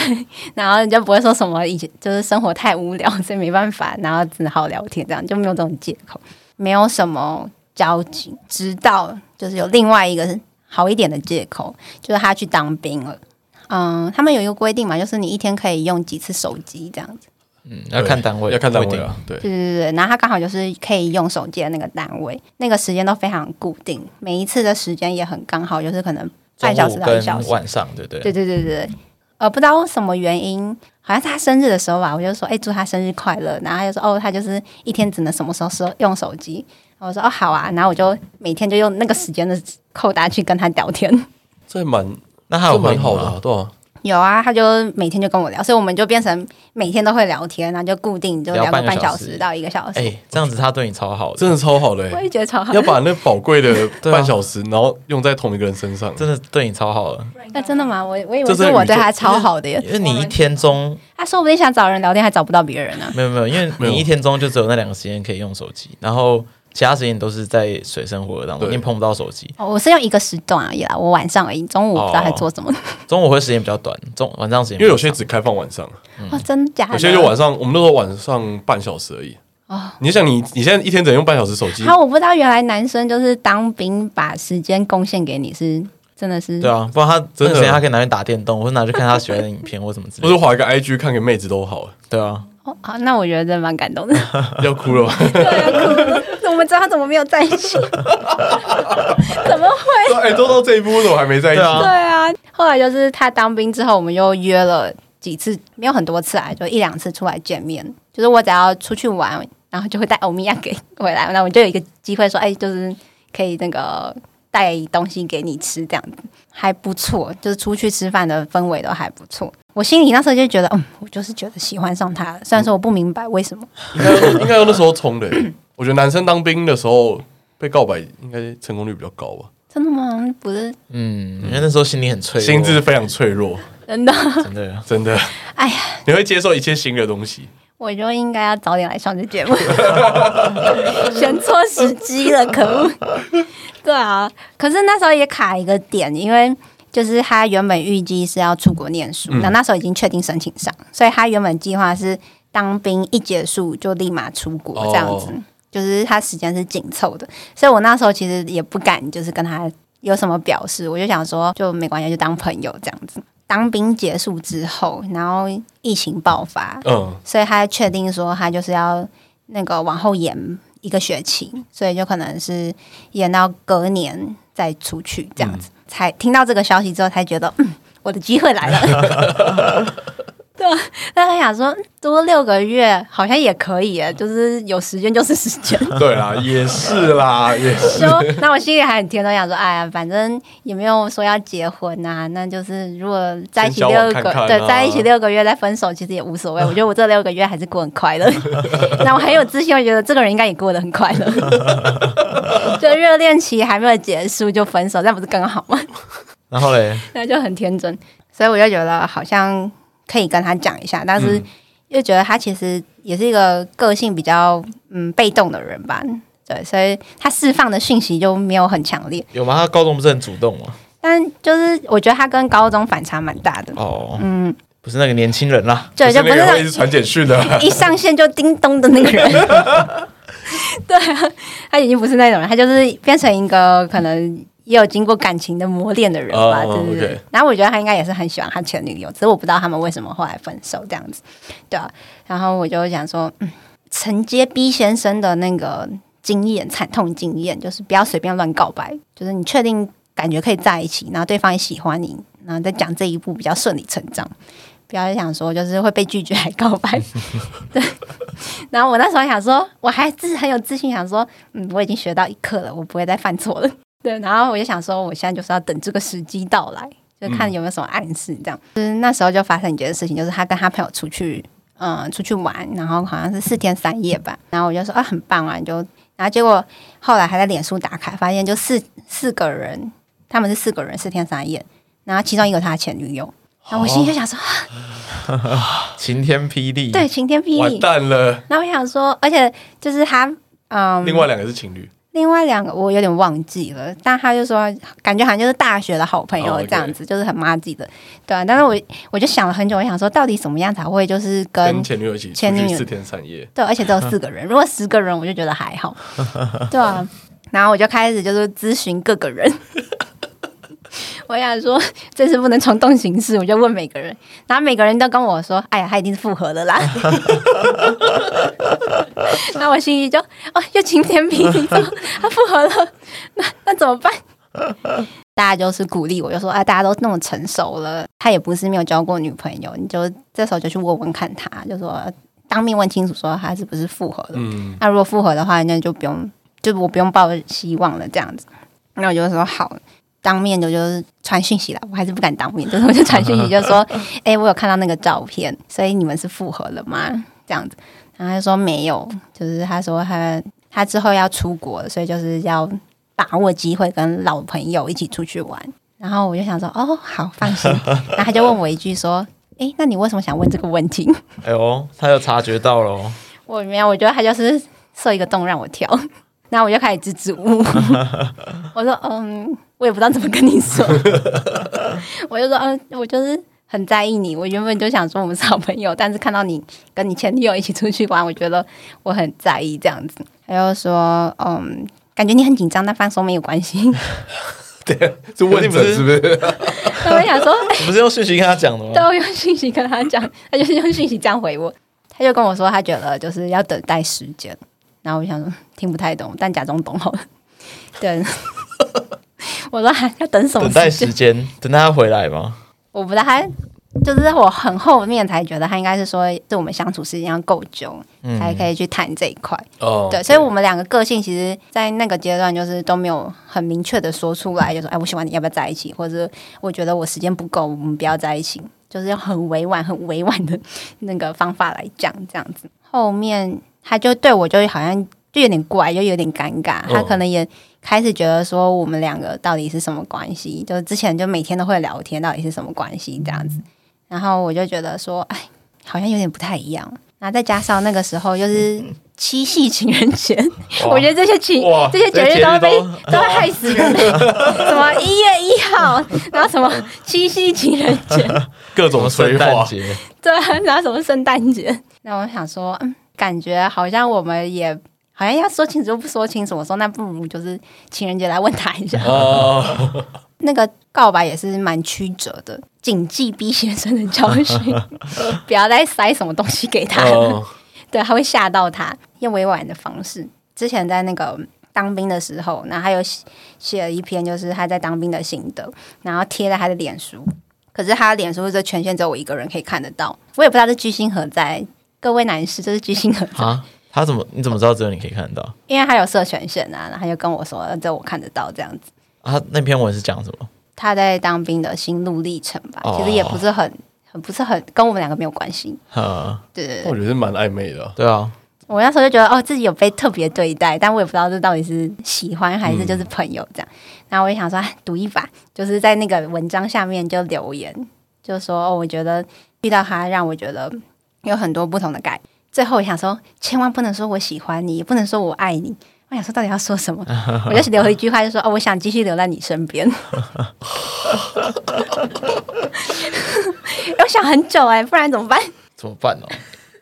然后你就不会说什么以前就是生活太无聊，所以没办法，然后只好聊天，这样就没有这种借口，没有什么交集。直到就是有另外一个好一点的借口，就是他去当兵了。嗯，他们有一个规定嘛，就是你一天可以用几次手机这样子。嗯，要看单位，要看单不一位定啊。对，对对对，然后他刚好就是可以用手机的那个单位，那个时间都非常固定，每一次的时间也很刚好，就是可能半小时中午到一小时跟。晚上，对不对？对对对对，对呃，不知道什么原因，好像是他生日的时候吧，我就说，哎、祝他生日快乐。然后他就说，哦，他就是一天只能什么时候使用手机。然后我说，哦，好啊。然后我就每天就用那个时间的扣打去跟他聊天。 这蛮那还这有回蛮你好的吗？啊，对啊。有啊，他就每天就跟我聊，所以我们就变成每天都会聊天，然后就固定就聊聊个半个半小小时时到一个小时。哎，这样子他对你超好的，真的超好的我欸，也觉得超好要，把那宝贵的对啊半小时，然后用在同一个人身上。真的对你超好的，那真的吗？我我以为这是是我宇对宙他超好 的耶，因为你一天中他说不定想找人聊天还找不到别人呢、没有没有，因为没有你一天中就只有那两个时间可以用手机，然后其他时间你都是在水深火热当中，对你碰不到手机。哦，我是用一个时段而已啦，我晚上而已，中午不知道在做什么。中午会时间比较短，中晚上时间因比为较有些长只开放晚上， 哦，真假的？哦有些就晚上，我们那时候晚上半小时而已。你想你你现在一天只能用半小时手机，好，我不知道原来男生就是当兵把时间贡献给你是真的是对啊，不然他真的真的时间他可以拿去打电动，或者拿去看他喜欢的影片或什么之或 类者的。划一个 IG 看给妹子都好，对啊，哦，好，那我觉得真的蛮感动的。 要哭了吧？我们知道他怎么没有在一起？怎么会？哎，都到这一步，为什么还没在一起对？啊对啊，后来就是他当兵之后，我们又约了几次，没有很多次啊，就一两次出来见面。就是我只要出去玩，然后就会带欧米亚给回来，那我就有一个机会说，哎，就是可以那个带东西给你吃，这样子还不错。就是出去吃饭的氛围都还不错。我心里那时候就觉得，嗯，我就是觉得喜欢上他了，虽然说我不明白为什么。应该应该要那时候冲的。我觉得男生当兵的时候被告白，应该成功率比较高吧？真的吗？不是嗯，因为那时候心里很脆弱，心智非常脆弱，真的，真的。真 的。哎呀，你会接受一切新的东西。我就应该要早点来上这节目，选错时机了，可恶！对啊，可是那时候也卡一个点，因为就是他原本预计是要出国念书，那、那时候已经确定申请上，所以他原本计划是当兵一结束就立马出国哦这样子，就是他时间是紧凑的，所以我那时候其实也不敢就是跟他有什么表示，我就想说就没关系，就当朋友这样子。当兵结束之后，然后疫情爆发，嗯，所以他确定说他就是要那个往后延一个学期，所以就可能是延到隔年再出去这样子。才听到这个消息之后，才觉得嗯，我的机会来了。对啊，但他想说多六个月好像也可以耶，就是有时间就是时间。对啦，也是啦，也是。就 那我心里还很天真，想说，哎呀，反正也没有说要结婚呐、那就是如果在一起六个，先交往看看啊对，在一起六个月再分手，其实也无所谓。我觉得我这六个月还是过很快乐， 那我很有自信，我觉得这个人应该也过得很快乐。 就热恋期还没有结束就分手，那不是更好吗？然后嘞，那就很天真，所以我就觉得好像可以跟他讲一下，但是又觉得他其实也是一个个性比较嗯被动的人吧，对，所以他释放的讯息就没有很强烈，有吗？他高中不是很主动吗？但就是我觉得他跟高中反差蛮大的，哦，嗯，不是那个年轻人啦，对，就不那是个那会一直传简讯的。 一上线就叮咚的那个 人。对啊，他已经不是那种人，他就是变成一个可能也有经过感情的磨练的人吧，哦对不对 OK？然后我觉得他应该也是很喜欢他前女友，只是我不知道他们为什么后来分手这样子，对啊。然后我就想说，嗯，承接 B 先生的那个经验，惨痛经验，就是不要随便乱告白，就是你确定感觉可以在一起，然后对方也喜欢你，然后再讲这一步比较顺理成章。不要想说就是会被拒绝还告 白。对，然后我那时候想说，我还自很有自信，想说，嗯，我已经学到一课了，我不会再犯错了。对，然后我就想说，我现在就是要等这个时机到来，就嗯看有没有什么暗示这样。就是那时候就发生一件事情，就是他跟他朋友出去，嗯，出去玩，然后好像是四天三夜吧。然后我就说啊，很棒啊，你就，然后结果后来还在脸书打卡，发现就四四个人，他们是四个人四天三夜，然后其中一个他的前女友。然后我哦心里就想说，啊晴天霹雳，对，晴天霹完雳。蛋了。那我想说，而且就是他，嗯，另外两个是情侣，另外两个我有点忘记了，但他就说感觉好像就是大学的好朋哦友，OK 这样子就是很妈记的，对啊。但是我我就想了很久，我想说到底怎么样才会就是跟跟前女友一起出嗯前女去友四天三夜，对，而且只有四个人，如果十个人我就觉得还好，对啊。然后我就开始就是咨询各个 人，我想说这次不能冲动行事，我就问每个人，然后每个人都跟我说：“哎呀，他一定是复合的 啦。”那我心里就哦，又晴天霹 雳，说他复合了，那那怎么办？ 大家就是鼓励我，就说：“哎，大家都那么成熟了，他也不是没有交过女朋友，你就这时候就去问问看他，就说当面问清楚，说他是不是复合的。嗯，那如果复合的话，那就不用，就我不用抱希望了，这样子。那我就说好，当面就就是传讯息了，我还是不敢当面，就是我就传讯息，就说，哎、我有看到那个照片，所以你们是复合了吗？这样子，然后他就说没有，就是他说他他之后要出国，所以就是要把握机会跟老朋友一起出去玩。然后我就想说，哦，好，放心。然后他就问我一句说，哎，那你为什么想问这个问题？哎呦，他又察觉到了哦，我没有，我觉得他就是设一个洞让我跳， 然后我就开始支支吾吾。我说嗯，我也不知道怎么跟你说，我就说嗯，我就是很在意你。我原本就想说我们是好朋友，但是看到你跟你前女友一起出去玩，我觉得我很在意这样子。他就说嗯，感觉你很紧张，但放松没有关系。 是问诊是不是？那我想说， 你不是用讯息跟他讲的对，啊吗？我用讯息跟他讲，他就是 用讯息这样回我，他就跟我说他觉得就是要等待时间，然后我想说听不太懂，但假装懂好了。对， 我说还要等什么等待时间？时间，等待他回来吗？我不知道他，就是我很后面才觉得他应该是说，对我们相处时间要够久，嗯才可以去谈这一块。哦对，所以我们两个个性其实，在那个阶段就是都没有很明确的说出来，就说哎，我喜欢你，要不要在一起？或者是我觉得我时间不够，我们不要在一起，就是要很委婉、很委婉的那个方法来讲这样子。后面他就对我就好像就有点怪，就有点尴尬，他嗯可能也开始觉得说我们两个到底是什么关系？就是之前就每天都会聊天，到底是什么关系这样子。然后我就觉得说，哎，好像有点不太一样。然后再加上那个时候又是七夕情人节，我觉得这些情哇这些这节些日节都会日被都都会害死 人，什么一月一号，然后什么七夕情 人节，各什种么催圣化诞，节？对啊，然后什么圣诞 节。那我想说，嗯，感觉好像我们也好像要说清楚又不说清楚，我说那不如就是情人节来问他一下。 哦，那个告白也是蛮曲折的，谨记 B 先生的教训， 不要再塞什么东西给他了。哦对，他会吓到他，用委婉的方式。之前在那个当兵的时候，然后他有写写了一篇，就是他在当兵的心得，然后贴在他的脸书。可是他的脸书这权限只有我一个人可以看得到，我也不知道这居心何在。各位男士，这是居心何在？啊，他怎么？你怎么知道只有你可以看到？因为他有设权限啊，然后他就跟我说，呃这我看得到这样子。啊，那篇文是讲什么？他在当兵的心路历程吧，哦其实也不是很、很不是很跟我们两个没有关系。呃，对对对我觉得是蛮暧昧的啊。对啊，我那时候就觉得哦，自己有被特别对待，但我也不知道这到底是喜欢还是就是朋友这样。然后我就想说，哎赌一把，就是在那个文章下面就留言，就说哦，我觉得遇到他让我觉得有很多不同的改。最后我想说，千万不能说我喜欢你，也不能说我爱你。 我想说，到底要说什么？我就留了一句话，就说哦，我想继续留在你身 边。我想很久哎、不然怎么办？怎么办哦？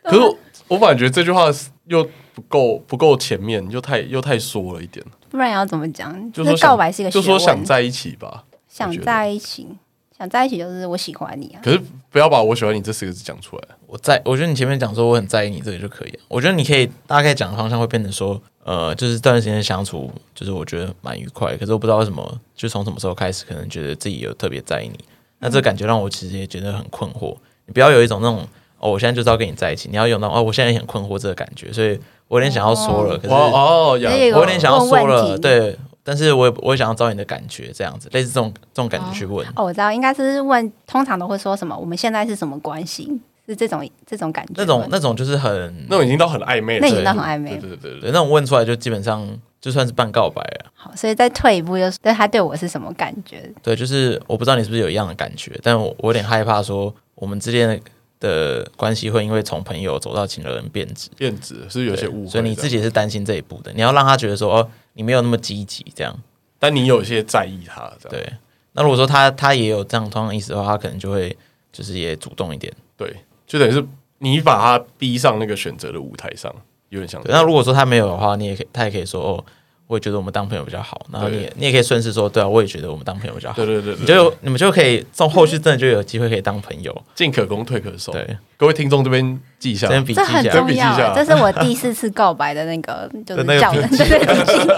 呃可是我我反而觉得这句话是又不够不够前面，又太又太缩了一点。不然要怎么讲？就这说告想白是一个学就问。说想在一起吧，想我觉得在一起，想在一起就是我喜欢你啊。可是不要把我喜欢你这四个字讲出来。我在我觉得你前面讲说我很在意你这里就可以了。我觉得你可以大概讲的方向会变成说，呃，就是这段时间相处，就是我觉得蛮愉快的，可是我不知道为什么，就从什么时候开始，可能觉得自己有特别在意你。那这感觉让我其实也觉得很困惑，你不要有一种那种哦，我现在就是要跟你在一起，你要有那种哦，我现在也很困惑这个感觉，所以我有点想要说了，可是哇哦，呀所以我有点想要说问问了，题对，但是我也我也想要找你的感觉，这样子，类似这种这种感觉去问。哦，我知道，应该是问，通常都会说什么？我们现在是什么关系？是这种这种感觉吗，那种那种就是很那种已经到很暧昧了，那已对经到很暧昧了对对对对对，那种问出来就基本上就算是半告白了。好，所以再退一步，就是对他对我是什么感觉？对，就是我不知道你是不是有一样的感觉，但我我有点害怕说我们之间的的关系会因为从朋友走到情人变质，变质是不是有对些误会，所以你自，己也是担心这一步的，你要让他觉得说哦，你没有那么积极这样。但你有一些在意他，这样对，那如果说他他也有这样同样意思的话，他可能就会就是也主动一点。对，就等于是你把他逼上那个选择的舞台上，有点像这对，样。那如果说他没有的话，你也可以，他也可以说哦，我也觉得我们当朋友比较好。然后你也你也可以顺势说，对啊，我也觉得我们当朋友比较好。对对对对，你就有你们就可以从后续真的就有机会可以当朋友。进可攻退可守。对，各位听众这边记一下这，边笔记这一很下真。重笔记一要下欸，这是我第四次告白的那 个，就的那是个叫人笔对对对，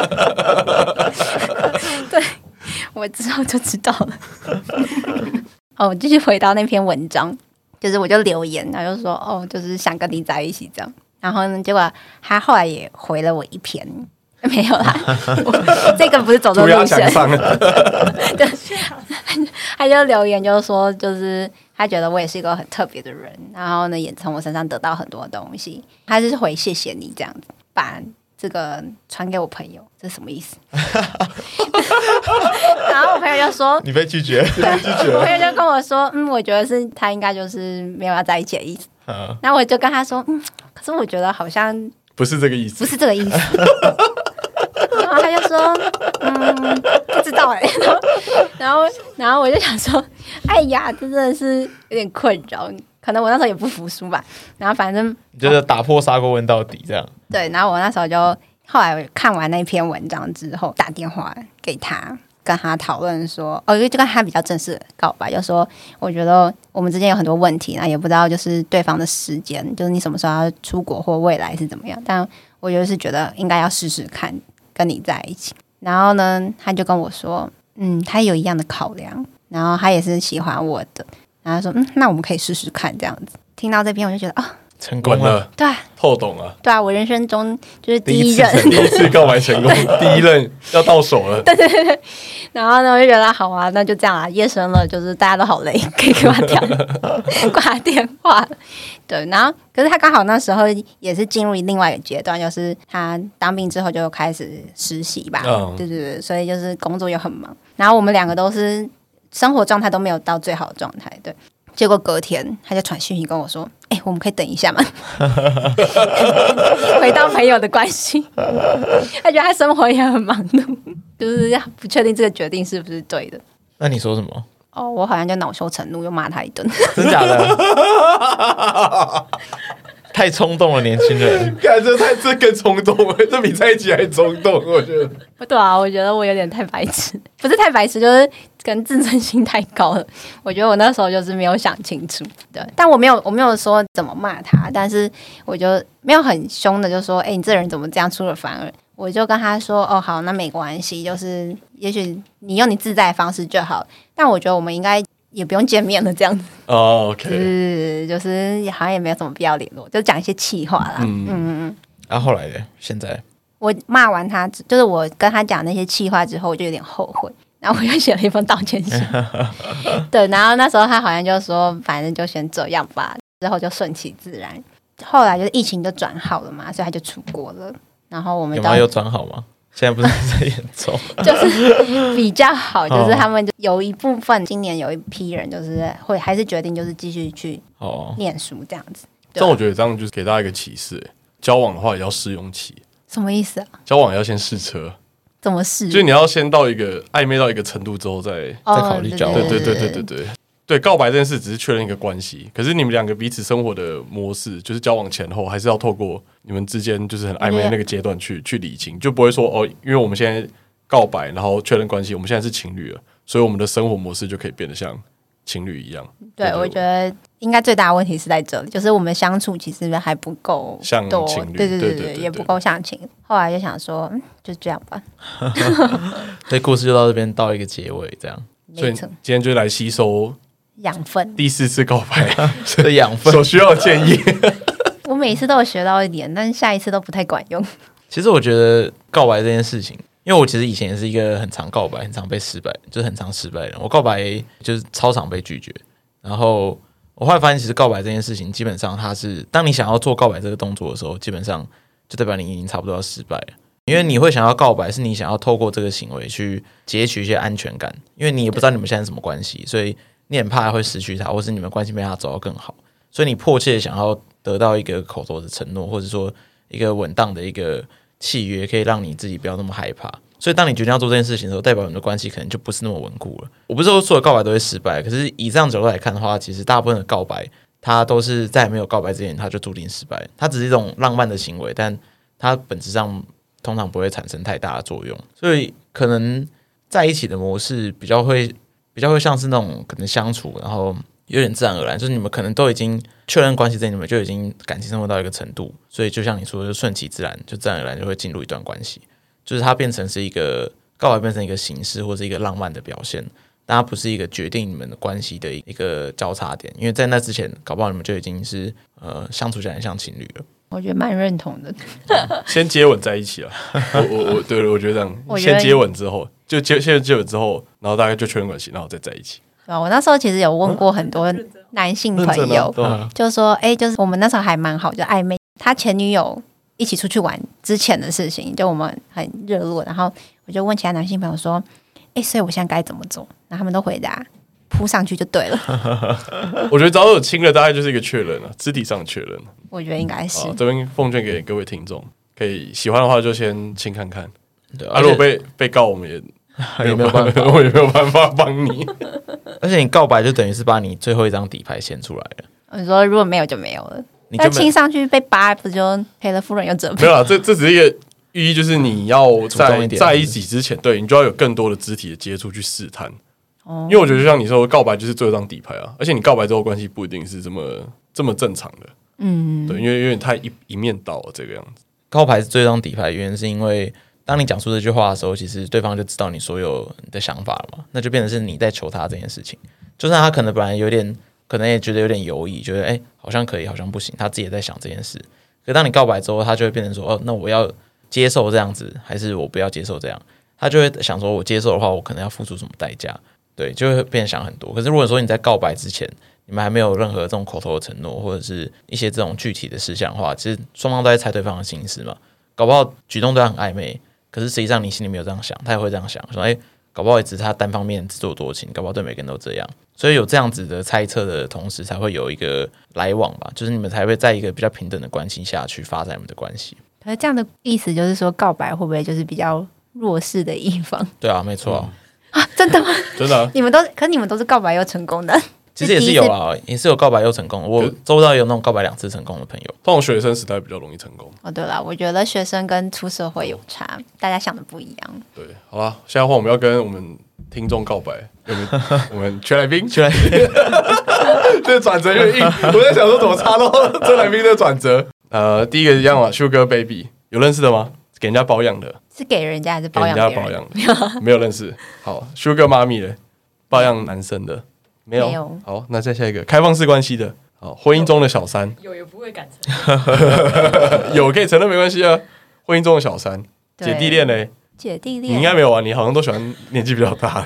对 我之后就知道了。哦，我继续回到那篇文章，就是我就留言，然后就说哦，就是想跟你在一起这样。然后呢，结果他后来也回了我一篇，没有啦，我这个不是走错涂鸦路墙线，上，啊他就留言就说，就是他觉得我也是一个很特别的人，然后呢，也从我身上得到很多东西。他就是回谢谢你这样子，把这个传给我朋友，这什么意思？ 然后我朋友就说，你被拒绝，我朋友就跟我说，嗯，我觉得是他应该就是没有要在一起的意思。然后我就跟他说，嗯，可是我觉得好像 不是这个意不思。是这个意思。然后他就说，嗯，不知道哎、 然后，然后，然后我就想说，哎呀，这真的是有点困扰，可能我那时候也不服输吧。然后反正你就是打破砂锅问到底这样。对，然后我那时候就后来我看完那篇文章之后，打电话给他，跟他讨论说，哦，因为就跟他比较正式的告白，就说我觉得我们之间有很多问题，那也不知道就是对方的时间，就是你什么时候要出国或未来是怎么样，但我就是觉得应该要试试看跟你在一起。然后呢，他就跟我说，嗯，他有一样的考量，然后他也是喜欢我的，然后他说，嗯，那我们可以试试看这样子。听到这边我就觉得，哦，成滚功了， 了，对啊，透懂了。对啊，我人生中就是第第一一次任，成第一次告白成功，第一任要到手了。 然后呢，我就觉得好啊，那就这样啊，夜深了，就是大家都好累，可以挂掉，挂电话。对，然后可是他刚好那时候也是进入另外一个阶段，就是他当兵之后就开始实习吧，嗯对对对，所以就是工作又很忙，然后我们两个都是生活状态都没有到最好的状态，对。结果隔天他就传讯息跟我说：“哎、我们可以等一下吗？”回到朋友的关 系，他觉得他生活也很忙 碌，就是不确定这个决定是不是对的。那你说什么？哦，我好像就恼羞成怒，又骂他一顿。 真假的？ 太冲动了，年轻人。看这太这更冲动了，这比在一起还冲动，我觉得。对啊，我觉得我有点太白痴， 不是太白痴，就是可能自尊心太高了。我觉得我那时候就是没有想清楚，对，但我没有我没有说怎么骂他，但是我就没有很凶的就说，哎、你这人怎么这样出尔反尔？我就跟他说，哦，好，那没关系，就是也许你用你自在的方式就好。但我觉得我们应该也不用见面了，这样子，哦就，OK，是 就是好像也没有什么必要联络，就讲一些气话啦。嗯，啊，后来的，现在我骂完他之，就是我跟他讲那些气话之后，我就有点后悔，然后我又写了一封道 歉信。对，然后那时候他好像就说，反正就先这样吧，之后就顺其自然。后来就是疫情就转好了嘛，所以他就出国了。然后我们有到吗？有转好吗？现在不是在严重？就是 比较好，就是哦他们就有一部分今年有一批人就是会还是决定就是继续去哦，念书这样子。对但我觉得这样就是给大家一个启示、欸交往的话也要试用期，什么意思啊？交往也要先试车，怎么试？就是你要先到一个暧昧到一个程度之后再哦在考虑交往对对对对对对对，告白这件事只是确认一个关系，可是你们两个彼此生活的模式，就是交往前后，还是要透过你们之间就是很暧昧的那个阶段去去理清，就不会说哦，因为我们现在告白，然后确认关系，我们现在是情侣了，所以我们的生活模式就可以变得像情侣一样。对，我觉得应该最大的问题是在这里，就是我们相处其实还不够像多，情侣对对对对对，对对也不够像情。后来就想说，嗯，就这样吧，所以故事就到这边到一个结尾，这样。所以没你错今，天就来吸收养分。第四次告白的养分。所需要的建议， 我每次都有学到一点，但是下一次都不太管用。 其实我觉得告白这件事情，因为我其实以前也是一个很常告白、很常被失败，就是很常失败的人。我告白就是超常被拒绝。然后我后来发现，其实告白这件事情，基本上它是当你想要做告白这个动作的时候，基本上就代表你已经差不多要失败了。因为你会想要告白，是你想要透过这个行为去截取一些安全感，因为你也不知道你们现在是什么关系，所以你很怕会失去他，或是你们关系被他走到更好，所以你迫切想要得到一个口头的承诺，或者说一个稳当的一个契约，可以让你自己不要那么害怕。所以，当你决定要做这件事情的时候，代表你们的关系可能就不是那么稳固了。我不是说所有告白都会失败，可是以这样角度来看的话，其实大部分的告白，它都是在没有告白之前，它就注定失败。它只是一种浪漫的行为，但它本质上通常不会产生太大的作用。所以，可能在一起的模式比较会比较会像是那种可能相处，然后有点自然而然，就是你们可能都已经确认关系在你们就已经感情生活到一个程度，所以就像你说，的，顺其自然，就自然而然就会进入一段关系，就是它变成是一个告白变成一个形式或是一个浪漫的表现，但它不是一个决定你们的关系的一个交叉点，因为在那之前，搞不好你们就已经是呃相处起来很像情侣了。我觉得蛮认同的。先接吻在一起了。我我我，对了，我觉得这样，我觉得先接吻之后，就接先接吻之后，然后大概就确认关系，然后再在一起。对啊吧？我那时候其实有问过很多男性朋认真啊友，对啊就说：“哎、就是我们那时候还蛮好，就暧昧。他前女友一起出去玩之前的事情，就我们很热络。然后我就问其他男性朋友说：‘哎、所以我现在该怎么做？’然后他们都回答：‘哎扑上去就对 了。嗯我觉得只要有亲了，大概就是一个确认了，肢体上的确认。’啊我觉得应该是啊，这边奉劝给各位听众，可以喜欢的话就先亲看看。对，啊，而如且果被被告，我们也 也没有办法， 我也没有办法帮 你。而且你告白就等于是把你最后一张底牌掀出来了，你说如果没有就没有了，你但根亲本上去被扒，不就赔了夫人又折没兵？有啊啦，这这只是一个寓意，就是你要主在动一点在一起之前，对你就要有更多的肢体的接触去试探。哦因为我觉得就像你说，告白就是最后一张底牌啊，而且你告白之后关系不一定是这么这么正常的，嗯，对，因为因为太一一面倒了这个样子。告白是最终底牌的原因，是因为当你讲出这句话的时候，其实对方就知道你所有的想法了嘛，那就变成是你在求他这件事情。就算他可能本来有点，可能也觉得有点犹疑，觉得哎、诶好像可以，好像不行，他自己也在想这件事。可当你告白之后，他就会变成说，哦，那我要接受这样子，还是我不要接受这样？他就会想说，我接受的话，我可能要付出什么代价？对，就会变想很多。可是如果说你在告白之前，你们还没有任何这种口头的承诺，或者是一些这种具体的事项的话，其实双方都在猜对方的心思嘛，搞不好举动对他很暧昧，可是实际上你心里没有这样想，他也会这样想，说哎、诶搞不好也只是他单方面自作多情，搞不好对每个人都这样。所以有这样子的猜测的同时，才会有一个来往吧，就是你们才会在一个比较平等的关系下去发展你们的关系。可是这样的意思就是说，告白会不会就是比较弱势的一方对啊，没错、啊，啊？真的吗？ 真的、啊，你们都，可你们都是告白又成功的。其实也是有啊，也是有告白又成功。我周遭有那种告白两次成功的朋友。通常学生时代比较容易成功。哦，对了，我觉得学生跟出社会有差，大家想的不一样。对，好啦，现在换我们要跟我们听众告白，我们我们全来宾，居然这转折有点硬，我在想说怎么插到这来宾的转折。呃，第一个一样嘛，Sugar Baby 有认识的吗？给人家保养的，是给人家还是给包人养家别人？保养的，没有认识。好，Sugar 妈咪的，保养男生的，没有。没有好，那再下一个，开放式关系的，好，婚姻中的小三，有也不会敢承有可以承认没关系啊。婚姻中的小三，对姐弟恋嘞，姐弟你恋，应该没有啊，你好像都喜欢年纪比较大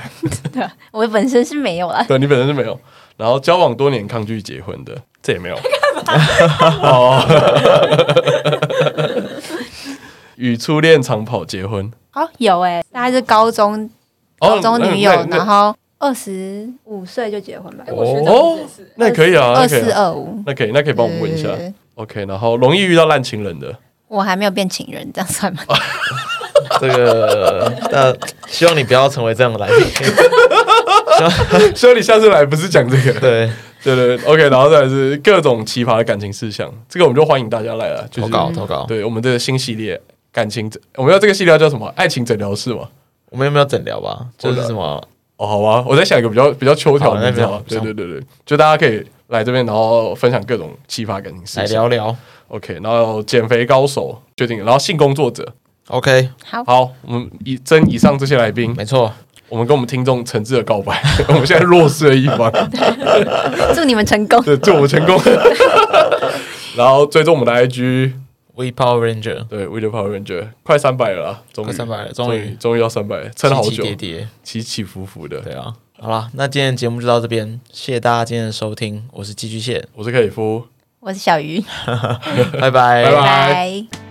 的， 我本身是没有啦。 对你本身是没有。然后交往多年抗拒结婚的，这也没有。 哦， 与哦初恋长跑结婚，哦，有哎、大概是高中哦高中女友，那那然后二十五岁就结婚吧认。哎，，我学长哦也是，那可以啊，那二可以四啊，二五。那可以，那可以帮我们问一下对。对对 OK，然后容易遇到烂情人的，我还没有变情人，这样算吗？ 这 个，那希望你不要成为这样的来宾。所以你下次来不是讲这个，对，对对对，OK，然后再来是各种奇葩的感情事项，这个我们就欢迎大家来了，就是投稿投稿。对我们这个新系列感情诊，我们要这个系列叫什么？爱情诊疗室嘛。我们有没有诊疗吧？就是什么哦，好吧，我在想一个比较比较秋条好的，那你知道没有吗？对对对对，就大家可以来这边，然后分享各种奇葩感情事来情。聊聊 OK，然后减肥高手确定了，然后性工作者。 ？OK，好，嗯好，我们以征以上这些来宾，没错，我们跟我们听众诚挚的告白， 我们现在弱势的一方， 祝你们成功。对，祝我们成功。 然后追踪我们的 IG， We Power Ranger，对 w e l l Power Ranger 快三百了啦，终于快三百了终嗯终于于终于要三百，撑了好起起久，跌跌，起起伏伏的。对啊。好啦，那今天的节目就到这边，谢谢大家今天的收听，我是寄居蟹，我是克里夫，我是小鱼，拜拜，拜拜。